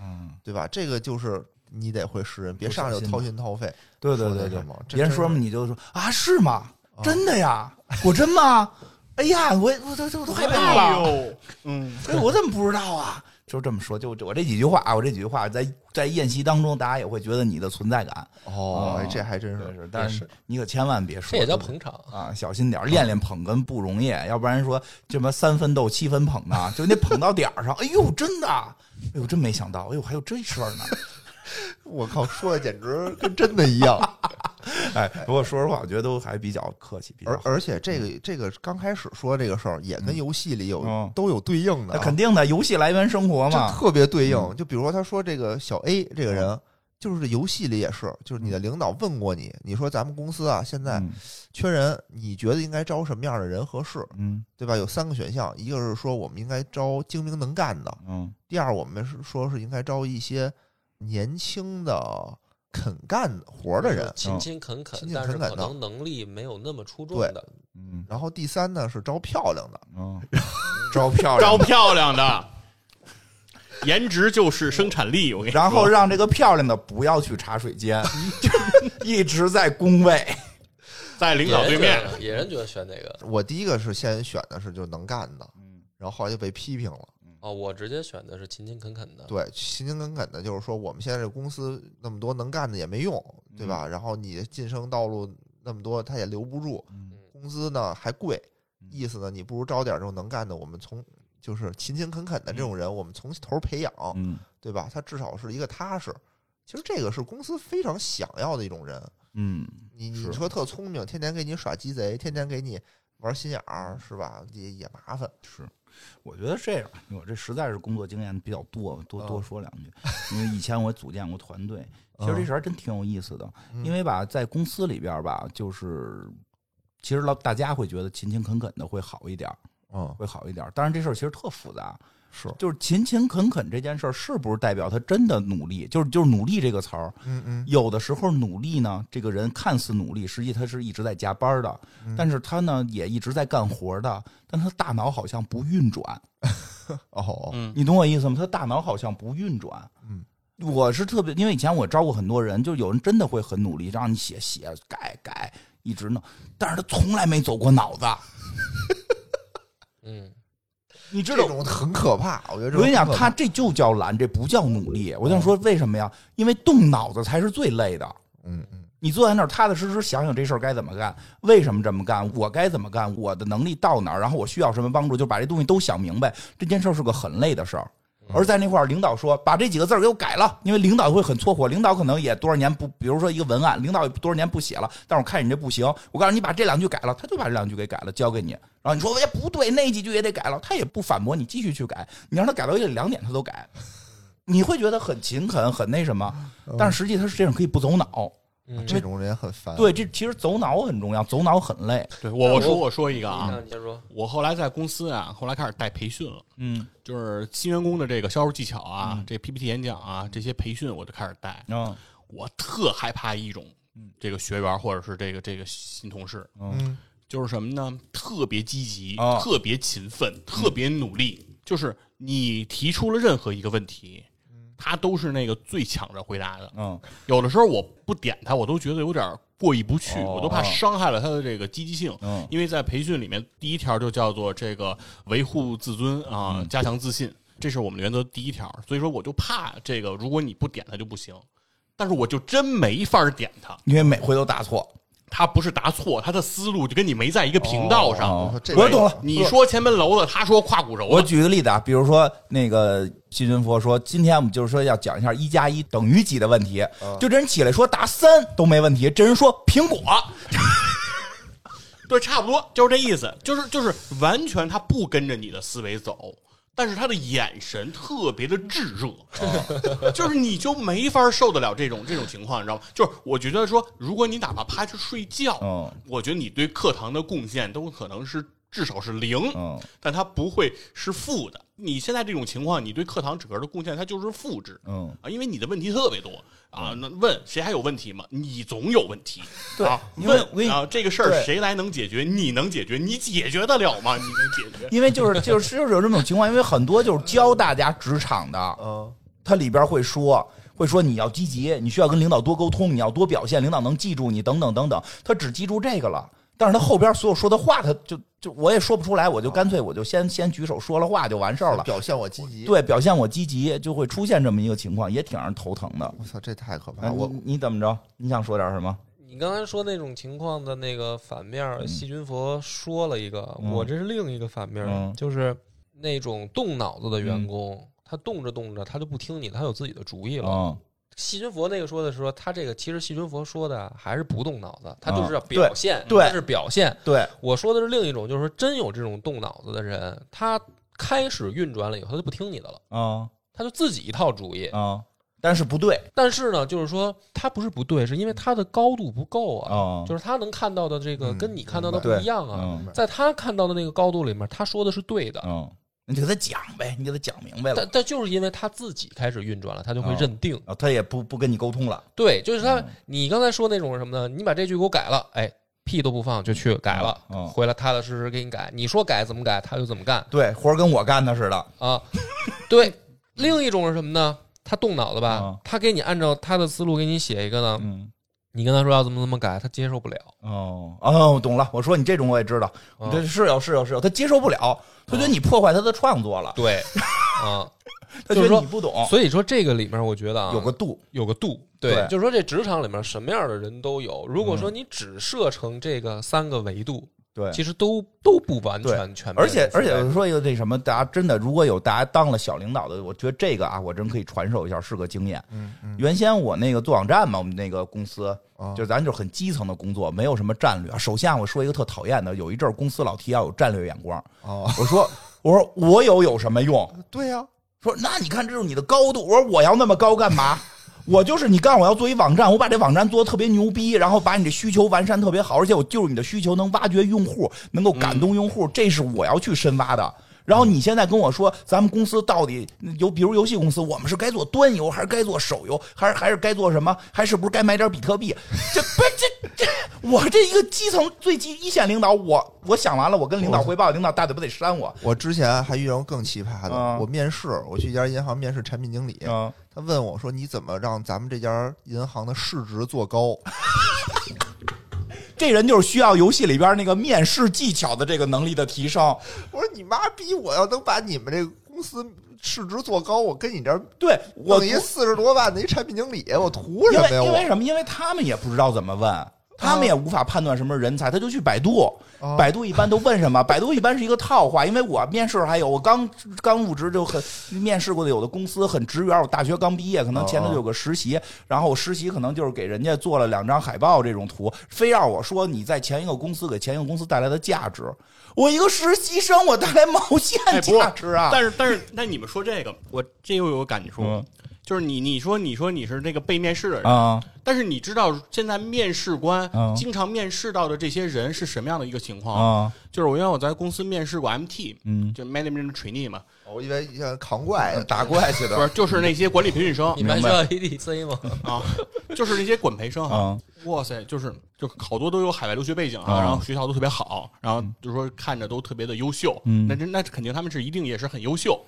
嗯，对吧？这个就是你得会识人，别不小上来就心掏心掏肺，对对说对那对什么，这别人真说什么是你就说啊是吗？啊真的呀？果真吗？哎呀，我我这这我都害怕了。哎呦，嗯，哎，我怎么不知道啊？就这么说，就我这几句话啊，我这几句话在在宴席当中，大家也会觉得你的存在感。哦，哎哦这还真对是是，，但也是你可千万别说，这也叫就是捧场。啊，小心点儿，练练捧哏不容易，要不然说这么三分逗七分捧啊，就你得捧到点儿上。哎呦，真的，哎呦，真没想到，哎呦，还有这事儿呢。我靠，说的简直跟真的一 *laughs* 样。哎，不过说实话，我觉得都还比较客气，比较而好。而且这个这个刚开始说这个事儿，也跟游戏里有、嗯都有对应的、那啊，肯定的，游戏来源生活这嘛。嗯特别对应。就比如说他说这个小 A 这个人，就是游戏里也是，就是你的领导问过你，你说咱们公司啊现在嗯缺人，你觉得应该招什么样的人合适，嗯对吧？有三个选项，一个是说我们应该招精明能干的，嗯第二我们是说是应该招一些年轻的肯干活儿的嗯人，勤勤恳恳勤，勤但是恳恳可的能能力没有那么出众对的。嗯然后第三呢是招漂亮的。嗯，招漂招亮的，漂亮的，颜值就是生产力，我跟你说。然后让这个漂亮的不要去茶水间，就一直在工位。 *laughs* 在领导对野面，人觉得，野人觉得选哪个？ *laughs* 我第一个是先选的是就是能干的，然后后来就被批评了。哦，我直接选的是勤勤恳恳的。对，勤勤恳恳的，就是说我们现在这公司那么多能干的也没用，对嗯吧？然后你晋升道路那么多，他也留不住，嗯工资呢还贵嗯，意思呢你不如招点这种能干的，我们从就是勤勤恳恳的这种人，我们从头培养，嗯对吧？他至少是一个踏实。其实这个是公司非常想要的一种人。嗯，你是你说特聪明，天天给你耍鸡贼，天天给你玩心眼儿，是吧？也也麻烦。是，我觉得这样，我这实在是工作经验比较多，多嗯多说两句。因为以前我组建过团队，其实这事儿还真挺有意思的。嗯因为吧，在公司里边儿吧，就是其实老大家会觉得勤勤恳恳的会好一点儿，嗯，会好一点儿。当然这事儿其实特复杂，是，就是勤勤恳恳这件事儿是不是代表他真的努力？就是就是努力这个词儿，嗯嗯，有的时候努力呢，这个人看似努力，实际他是一直在加班的，嗯但是他呢也一直在干活的，但他大脑好像不运转， *laughs* 哦，嗯，你懂我意思吗？他大脑好像不运转。嗯，我是特别，因为以前我招过很多人，就有人真的会很努力，让你写写改改，一直弄，但是他从来没走过脑子，嗯，你知这道。种很可怕，我觉得这种哦我跟你讲，很可他怕这就叫懒，这不叫努力。我想说，为什么呀？因为动脑子才是最累的。嗯嗯你坐在那儿踏踏实实想想这事儿该怎么干，为什么这么干，我该怎么干，我的能力到哪儿，然后我需要什么帮助，就把这东西都想明白。这件事儿是个很累的事儿。而在那块儿，领导说把这几个字儿给我改了，因为领导会很搓火，领导可能也多少年不，比如说一个文案，领导也多少年不写了，但是我看你这不行，我告诉你把这两句改了，他就把这两句给改了，交给你，然后你说哎不对，那几句也得改了，他也不反驳你，继续去改，你让他改到夜里两点他都改，你会觉得很勤恳，很那什么，但是实际他是这样可以不走脑，嗯这种人也很烦。对，，这其实走脑很重要，走脑很累。对我我说我说一个啊，你先说。我后来在公司啊，后来开始带培训了，嗯，就是新员工的这个销售技巧啊，这 PPT 演讲啊，这些培训我就开始带。啊，我特害怕一种，这个学员或者是这个这个新同事，嗯，就是什么呢？特别积极，啊特别勤奋，特别努力。就是你提出了任何一个问题，他都是那个最抢着回答的。嗯，有的时候我不点他，我都觉得有点过意不去，哦我都怕伤害了他的这个积极性。嗯因为在培训里面，第一条就叫做这个维护自尊啊，嗯加强自信，这是我们的原则第一条。所以说，我就怕这个，如果你不点他就不行。但是我就真没法点他，因为每回都答错。他不是答错，他的思路就跟你没在一个频道上。哦我说这我懂了，你说前门楼子，他说胯骨轴我子，举个例子啊，比如说那个西云佛说，今天我们就是说要讲一下一加一等于几的问题，就这人起来说答三都没问题，这人说苹果，对，差不多就是这意思，就是就是完全他不跟着你的思维走，但是他的眼神特别的炙热，就是你就没法受得了这种这种情况，你知道吗？就是我觉得说，如果你哪怕趴着睡觉，嗯我觉得你对课堂的贡献都可能是至少是零，嗯但它不会是负的。你现在这种情况，你对课堂整个的贡献它就是负值，嗯，啊，因为你的问题特别多啊，那问谁还有问题吗？你总有问题，对啊，因为问我跟你啊，这个事儿对？谁来能解决？你能解决？你解决得了吗？你能解决因为就是就是就是有这么种情况，因为很多就是教大家职场 *laughs* 的，嗯，它里边会说。会说你要积极，你需要跟领导多沟通，你要多表现，领导能记住你，等等等等。他只记住这个了，但是他后边所有说的话，他就就我也说不出来，我就干脆我就先先举手说了话就完事儿了。表现我积极。对，表现我积极，就会出现这么一个情况，也挺让人头疼的。我操，这太可怕啊，了！我我你怎么着？你想说点什么？你刚才说那种情况的那个反面儿，细菌佛说了一个，嗯我这是另一个反面儿，嗯就是那种动脑子的员工，他动着动着他就不听你，他有自己的主意了。嗯，细菌佛那个说的说，他这个其实细菌佛说的还是不动脑子，他啊就是要表现，对他是表现。对，我说的是另一种，就是说真有这种动脑子的人，他开始运转了以后，他就不听你的了，啊他就自己一套主意。啊，但是不对但是呢，就是说他不是不对，是因为他的高度不够啊。啊，就是他能看到的这个嗯跟你看到的明不白一样啊，嗯白在他看到的那个高度里面，他说的是对的，嗯，你给他讲呗，你给他讲明白但了，但就是因为他自己开始运转了，他就会哦嗯认定啊，他也不不跟你沟通了，对，就是他你刚才说那种什么呢？你把这句给我改了，哎，屁都不放就去改了嗯嗯，回来踏踏实实给你改，你说改怎么改，他就怎么干对，活儿跟我干的似的， *laughs* 啊。对，另一种是什么呢？他动脑子吧嗯，他给你按照他的思路给你写一个呢，嗯。你跟他说要怎么怎么改，他接受不了。哦哦，懂了。我说你这种我也知道，嗯你这是有是有是有，他接受不了，他觉得你破坏他的创作了，对， *laughs* 啊，他就觉得是说你不懂，所以说这个里面我觉得啊，哦有个度。有个度，对就是说这职场里面什么样的人都有。如果说嗯你只设成这个三个维度，对，其实都都不完对全全面。而且而且，说一个那什么，大家真的如果有大家当了小领导的，我觉得这个啊，我真可以传授一下，是个经验。嗯嗯原先我那个做网站嘛，我们那个公司哦啊就是咱就是很基层的工作，没有什么战略。首先我说一个特讨厌的，有一阵儿公司老提要有战略眼光，哦，我说我说我有有什么用？对啊呀，说那你看这就是你的高度，我说我要那么高干嘛？我就是你告诉我要做一网站，我把这网站做的特别牛逼，然后把你的需求完善特别好，而且我就是你的需求能挖掘用户，能够感动用户，这是我要去深挖的。然后你现在跟我说，咱们公司到底有，比如游戏公司，我们是该做端游，还是该做手游，还是还是该做什么，还是不是该买点比特币？这不这这，我这一个基层最基一线领导，我我想完了，我跟领导汇报，领导大嘴巴得扇我。我之前还遇到过更奇葩的，啊我面试，我去一家银行面试产品经理，嗯，他问我说：“你怎么让咱们这家银行的市值 *laughs* 做高这人就是需要游戏里边那个面试技巧的这个能力的提升。？”我说：“你妈逼！我要能把你们这个公司市值做高，我跟你这儿对我弄图，一四十多万的一产品经理，我图因什么为呀？因为我什么？因为他们也不知道怎么问。他们也无法判断什么是人才，他就去百度，哦啊百度一般都问什么？百 *laughs* 度一般是一个套话，因为我面试还有我刚刚入职就很面试过的有的公司很职员，我大学刚毕业，可能前头啊啊有个实习，哦然后我实习可能就是给人家做了两张海报这种图，非要我说你在前一个公司给前一个公司带来的价值，我一个实习生我带来毛线哎不过价值啊！但是但是，那你们说这个，我这又有个感触，嗯就是你你说你说你是那个被面试的人，啊，但是你知道现在面试官嗯经常面试到的这些人是什么样的一个情况？啊，就是我因为我在公司面试过 MT，嗯，就 management trainee 嘛，我以为像扛怪 *laughs* 打怪去不的，是就是那些管理培训生你们明需白要 *laughs* ADC 吗？啊，就是那些管培生啊啊，哇塞，就是就好多都有海外留学背景啊，啊然后学校都特别好，然后就是说看着都特别的优秀，嗯那这那肯定他们是一定也是很优秀。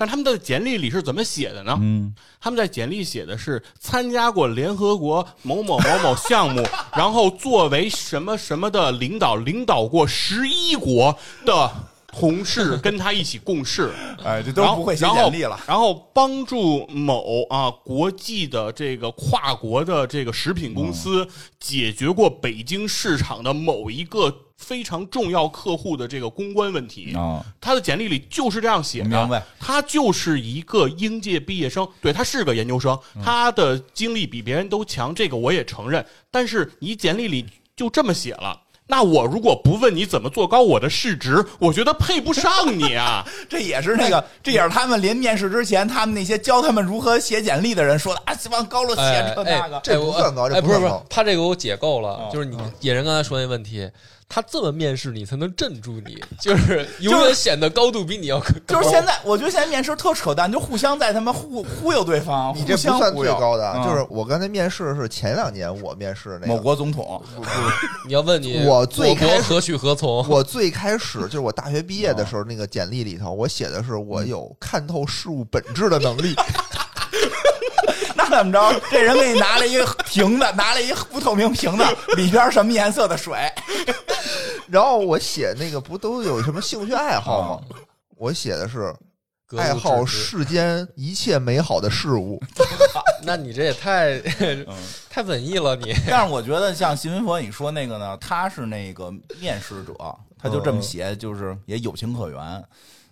但他们的简历里是怎么写的呢？嗯，他们在简历写的是参加过联合国某某某某项 *laughs* 目，然后作为什么什么的领导，领导过十一国的同事跟他一起共事，哎，这都然后不会写然后简历了。然后帮助某啊国际的这个跨国的这个食品公司嗯解决过北京市场的某一个非常重要客户的这个公关问题。啊，他的简历里就是这样写的，明白他就是一个应届毕业生，对他是个研究生，嗯他的经历比别人都强，这个我也承认。但是你简历里就这么写了，那我如果不问你怎么做高我的市值，我觉得配不上你啊。 *laughs* 这也是那个，这也是他们临面试之前，他们那些教他们如何写简历的人说的啊，往高了写哎这哎那个，这哎不我算高这哎不不是算哦不是高，他这个我解构啊了，就是你野人刚才说那问题，他这么面试你才能镇住你，就是永远显得高度比你要高。就是现在，我觉得现在面试特扯淡，就互相在他妈忽忽悠对方，你这哦互相不算忽最悠高的，啊嗯就是我刚才面试是前两年我面试的那某个，国总统，你要问你我最开国始何去何从？我最开始就是我大学毕业的时候嗯那个简历里头，我写的是我有看透事物本质的能力，那怎么着？这人给你拿了一个瓶子，拿了一个不透明瓶子，里边什么颜色的水？然后我写那个不都有什么兴趣爱好吗？嗯我写的是格物爱好致知，世间一切美好的事物， *laughs* 那你这也太嗯 *laughs* 太文艺了，你 *laughs* 但是我觉得像新闻佛你说那个呢，他是那个面试 *laughs* 者，他就这么写，就是也有情可原。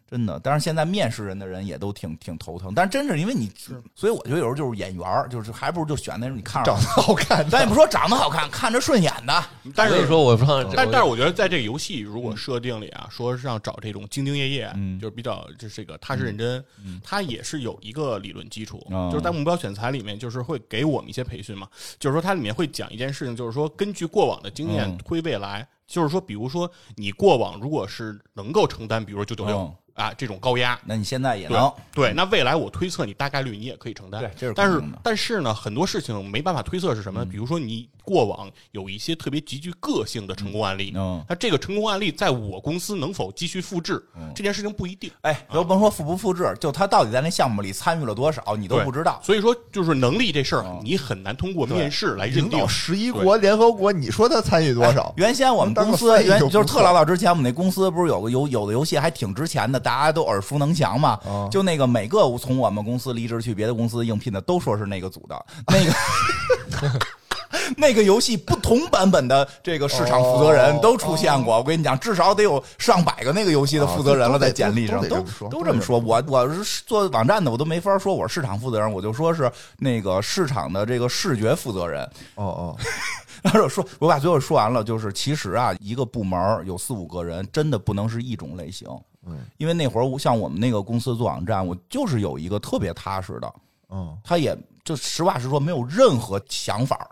真的，但是现在面试人的人也都挺挺头疼，但是真是因为你，所以我觉得有时候就是眼缘儿，就是还不如就选那种你看着长得，好看咱也的。不说长得好看，看着顺眼的，但所以是说我上，但但是我觉得在这个游戏如果设定里啊，说是让找这种兢兢业业，嗯就是比较就是这个踏实认真，它也是有一个理论基础，哦就是在目标选材里面，就是会给我们一些培训嘛，就是说它里面会讲一件事情，就是说根据过往的经验嗯推未来，就是说比如说你过往如果是能够承担，比如说九九六哦啊这种高压。那你现在也对能，对，那未来我推测你大概率你也可以承担，对这是但肯是定的嗯但是呢，很多事情没办法推测是什么呢？比如说你过往有一些特别极具个性的成功案例，嗯，那这个成功案例在我公司能否继续复制，嗯这件事情不一定。哎，都甭说复不复制，就他到底在那项目里参与了多少，你都对不知道。所以说，就是能力这事嗯儿，你很难通过面试来认领定导。十一国联合国，你说他参与多少？哎原先我们公司能当个废原就不就是错特老早之前，我们那公司不是有个游有的游戏还挺值钱的，大家都耳熟能详嘛。嗯就那个每个从我们公司离职去别的公司应聘的，都说是那个组的那个。 *laughs* 那个游戏不同版本的这个市场负责人哦都出现过，我跟你讲，至少得有上百个那个游戏的负责人了，哦都在简历上都都得都得这么说都这么说。我我是做网站的，我都没法说我是市场负责人，我就说是那个市场的这个视觉负责人。哦哦，然后说，我把最后说完了，就是其实啊，一个部门儿有四五个人，真的不能是一种类型。嗯，因为那会儿我像我们那个公司做网站，我就是有一个特别踏实的，嗯，他也就实话实说，没有任何想法儿，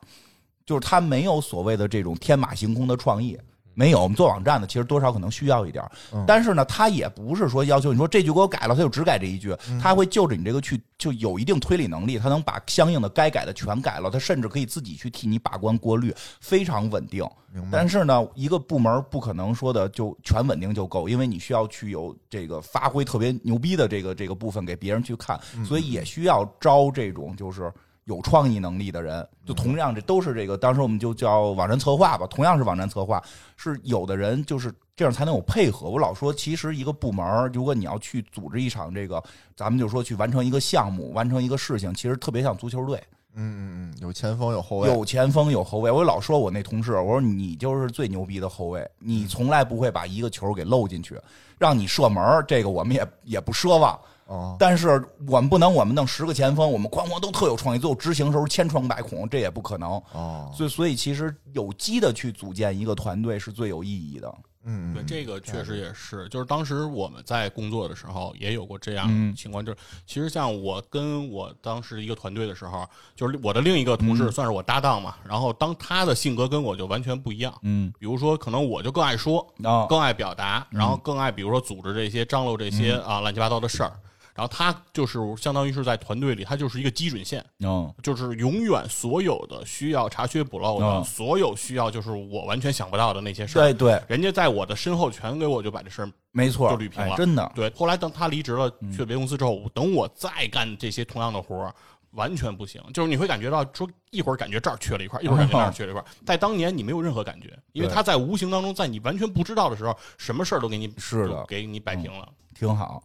就是他没有所谓的这种天马行空的创意。没有，我们做网站的其实多少可能需要一点儿，但是呢，他也不是说要求你说这句给我改了，他就只改这一句，他会就着你这个去就有一定推理能力，他能把相应的该改的全改了，他甚至可以自己去替你把关过滤，非常稳定。明白。但是呢，一个部门不可能说的就全稳定就够，因为你需要去有这个发挥特别牛逼的这个这个部分给别人去看，嗯所以也需要招这种就是。有创意能力的人，就同样这都是这个，当时我们就叫网站策划吧，同样是网站策划，是有的人就是这样才能有配合。我老说，其实一个部门，如果你要去组织一场这个，咱们就说去完成一个项目，完成一个事情，其实特别像足球队，嗯嗯嗯，有前锋有后卫，有前锋有后卫，我老说我那同事，我说你就是最牛逼的后卫，你从来不会把一个球给漏进去，让你射门儿，这个我们也 *laughs* 也不奢望。哦，但是我们不能，我们弄十个前锋，我们哐哐都特有创意，最后执行时候千疮百孔，这也不可能。哦，所以，所以其实有机的去组建一个团队是最有意义的。嗯，对，嗯这个确实也是，就是当时我们在工作的时候也有过这样嗯的情况，就是其实像我跟我当时一个团队的时候，就是我的另一个同嗯事算是我搭档嘛，然后当他的性格跟我就完全不一样，嗯，比如说可能我就更爱说，啊、嗯更爱表达，然后更爱比如说组织这些张罗这些啊乱七八糟的事儿。然后他就是相当于是在团队里，他就是一个基准线，嗯就是永远所有的需要查缺补漏的，嗯所有需要就是我完全想不到的那些事儿，对对，人家在我的身后全给我就把这事儿没错，就捋平了哎真的，对。后来等他离职了，嗯去了别公司之后，等我再干这些同样的活儿，完全不行。就是你会感觉到，说一会儿感觉这儿缺了一块，一会儿感觉那儿缺了一块。在当年你没有任何感觉，因为嗯对他在无形当中，在你完全不知道的时候，什么事儿都给你是的就给你摆平了。挺好。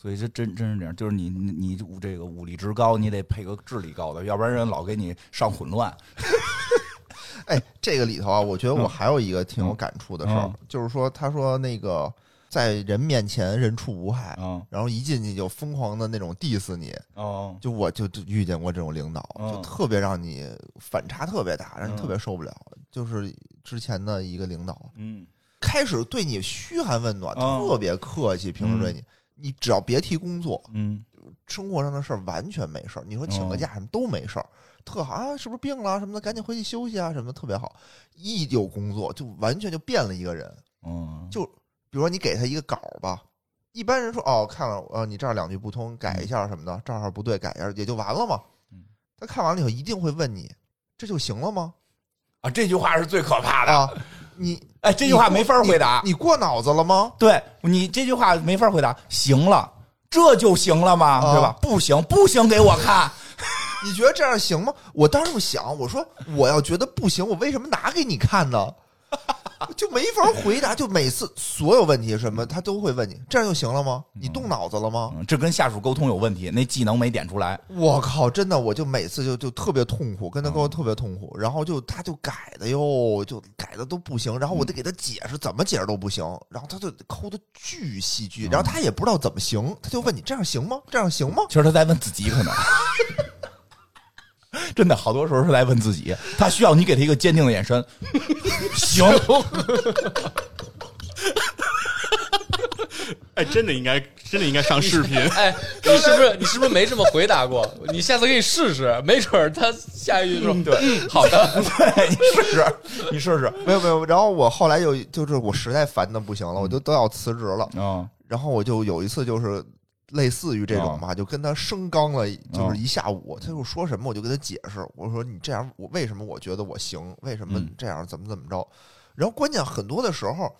所以这真真是这样，就是你你你这个武力值高，你得配个智力高的，要不然人老给你上混乱。哎，这个里头啊，我觉得我还有一个挺有感触的事儿，嗯就是说，他说那个在人面前人畜无害，嗯然后一进去就疯狂的那种 diss 你，哦，就我就就遇见过这种领导，嗯就特别让你反差特别大，让你嗯特别受不了。就是之前的一个领导，嗯开始对你嘘寒问暖，嗯特别客气，平时对你，你只要别提工作，嗯生活上的事儿完全没事儿。你说请个假什么都没事儿，特好啊，是不是病了什么的，赶紧回去休息啊什么的，特别好。一有工作就完全就变了一个人。嗯，就比如说你给他一个稿儿吧，一般人说哦看了呃你这儿两句不通改一下什么的，这儿不对改一下也就完了嘛嗯。他看完了以后一定会问你这就行了吗？啊，这句话是最可怕的。啊，你哎，这句话没法回答。你过脑子了吗？对你这句话没法回答。行了，这就行了吗？啊对吧？不行，不行，给我看。你觉得这样行吗？我当时这么想，我说我要觉得不行，我为什么拿给你看呢？ *laughs* 就没法回答，就每次所有问题什么他都会问你，这样就行了吗？你动脑子了吗？ *laughs* 嗯，这跟下属沟通有问题，那技能没点出来。我靠，真的，我就每次就就特别痛苦，跟他沟通特别痛苦，然后就他就改的哟，就改的都不行，然后我得给他解释，怎么解释都不行，然后他就抠的巨戏剧，然后他也不知道怎么行，他就问你这样行吗？这样行吗？其实他在问自己，可能 *laughs* 真的好多时候是在问自己，他需要你给他一个坚定的眼神。 *laughs* 行，嗯哎，真的应该，真的应该上 *laughs* 视频。哎，你是不是你是不是没这么回答过？你下次可以试试，没准儿他下一句说嗯，好 *laughs* 的，对，你试试，你试试。没有没有，然后我后来又就是我实在烦的不行了，我就都要辞职了，嗯然后我就有一次就是类似于这啊种吧，就跟他生刚了，就是一下午，他就说什么我就跟他解释，我说你这样，我为什么我觉得我行，为什么嗯这样，怎么怎么着，然后关键很多的时候，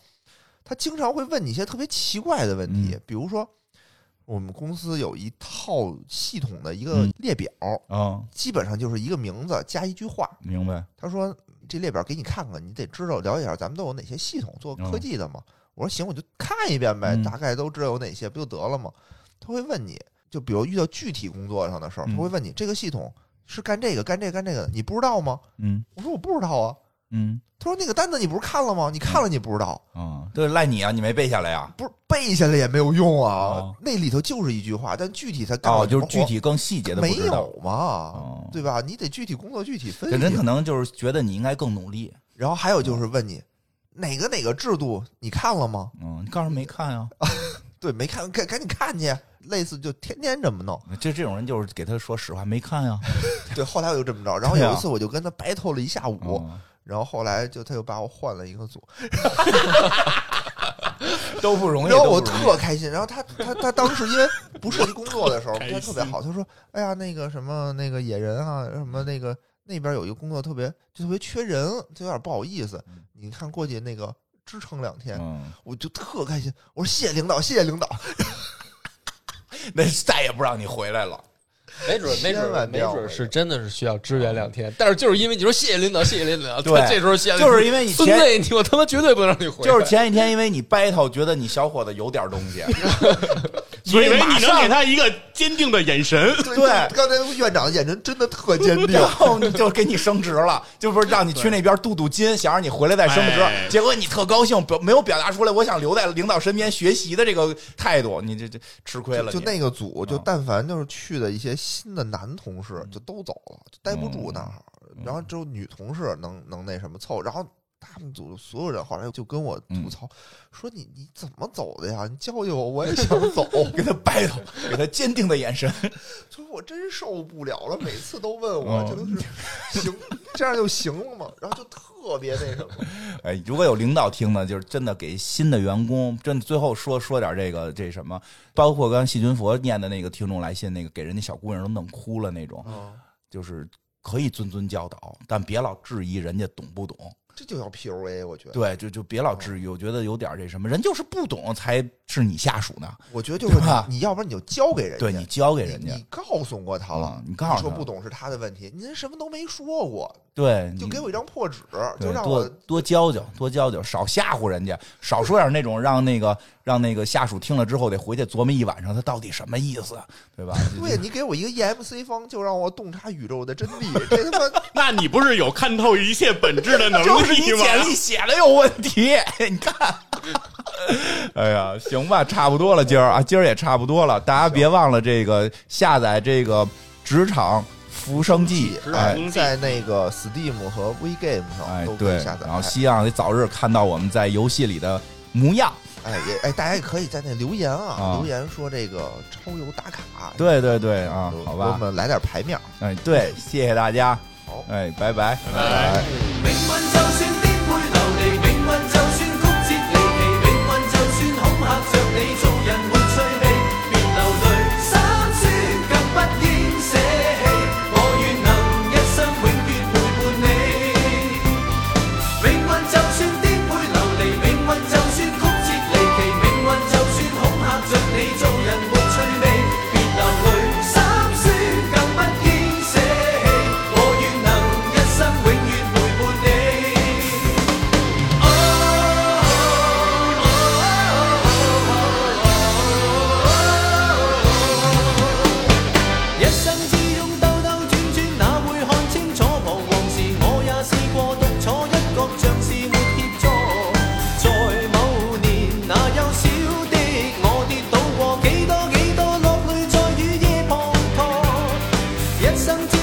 他经常会问你一些特别奇怪的问嗯题，比如说我们公司有一套系统的一个嗯列表，嗯，基本上就是一个名字加一句话，明白。他说这列表给你看看，你得知道了解一下咱们都有哪些系统做科技的嘛。我说行，我就看一遍呗，嗯大概都知道有哪些，不就得了吗？他会问你，就比如遇到具体工作上的事儿，嗯他会问你这个系统是干这个、干这个、干这个的，你不知道吗？嗯我说我不知道啊。嗯他说那个单子你不是看了吗？你看了你不知道，啊，对，赖你啊，你没背下来呀、不是背下来也没有用啊。哦那里头就是一句话，但具体他干哦，了什就么是具体更细节活的不没知道有。嘛，哦对吧？你得具体工作具体分析这。人可能就是觉得你应该更努力。然后还有就是问你哪个哪个制度你看了吗？嗯，你告诉没看啊？对，没看，赶赶紧看去。类似就天天这么弄。这这种人就是给他说实话，没看呀、对，后来我就这么着。然后对啊有一次我就跟他 battle 了一下午，嗯然后后来就他又把我换了一个组，都不 *laughs* 容易。然后我都不容易特开心。然后他他他当时因为不涉及工作的时候，特他开心特别好。他说：“哎呀，那个什么那个野人啊，什么那个那边有一个工作特别就特别缺人，就有点不好意思。你看过去那个支撑两天，嗯，我就特开心。我说谢谢领导，谢谢领导。”那再也不让你回来了。没准儿没准千儿万没不要准儿是真的是需要支援两天，但是就是因为你说谢谢领导，谢谢领导，对他这时候谢谢就是因为以前孙子，你我他妈绝对不能让你回来，就是前几天因为你 battle，觉得你小伙子有点东西，我以为马你能上给他一个坚定的眼神，对刚才院长的眼神真的特坚 *laughs* 定然。后你就给你升职了，就不是让你去那边镀镀金，想让你回来再升职哎。结果你特高兴，表没有表达出来，我想留在领导身边学习的这个态度，你这这吃亏了就你。那个组，就啊嗯但凡就是去的一些新的男同事，就都走了，就待不住那儿。然后只有女同事能能那什么凑，然后他们组所有人后来就跟我嗯吐槽、说你你怎么走的呀？你教教我，我也想 *laughs* 走。 *laughs* 给他 battle，给他坚定的眼神。就是我真受不了了，每次都问我，哦 *laughs* 这都是行，这样就行了吗？然后就特别那什么，哎，如果有领导听呢，就是真的给新的员工，真的最后说说点这个这什么，包括刚刚细菌佛念的那个听众来信，那个给人家小姑娘都弄哭了那种，就是可以谆谆教导，但别老质疑人家懂不懂。这就叫 PUA，我觉得。对，就就别老质疑，我觉得有点这什么，人就是不懂才是你下属呢。我觉得就是对吧你，你要不然你就教给人家，对你教给你人家你告诉过他了嗯，你告诉说他不懂是他的问题，您什么都没说过，对，就你给我一张破纸，对就让多我多教教，多教教，少吓唬人家，少说点那种让那个让那个下属听了之后得回去琢磨一晚上，他到底什么意思，对吧？ *laughs* 对你给我一个 EMC 方，就让我洞察宇宙的真 *laughs* 谛，这他妈那你不是有看透一切本质的能力吗？就是你简历写的有问题，你看。 *laughs* 哎呀，行吧，差不多了，今儿啊，今儿也差不多了，大家别忘了这个下载这个职场浮生记，职场哎浮生。记在那个 Steam 和 WeGame 哎上都，可对以下，载然。后希望你早日看到我们在游戏里的模样。哎也哎，大家也可以在那留言啊啊，留言说这个超游打卡，对对对啊有，好给我吧，们来点牌面儿。哎，对，谢谢大家好，哎，拜拜。哎命运就算颠沛流离，命运就算曲折离奇，命运就算恐吓着你，做人没趣味，别流泪，心酸更不应舍弃。我愿能一生永远陪伴你。命运就算颠沛流离，命运就算曲折离奇，命运就算恐吓着你，做人没趣味，别流泪，心酸更不应舍弃。我愿能一生永远陪伴你。一生之中兜兜轉轉，哪會看清楚？彷徨時我也試過獨坐一角，像是沒協助。在某年那幼小的我跌倒過，幾多幾多落淚在雨夜滂沱。一生之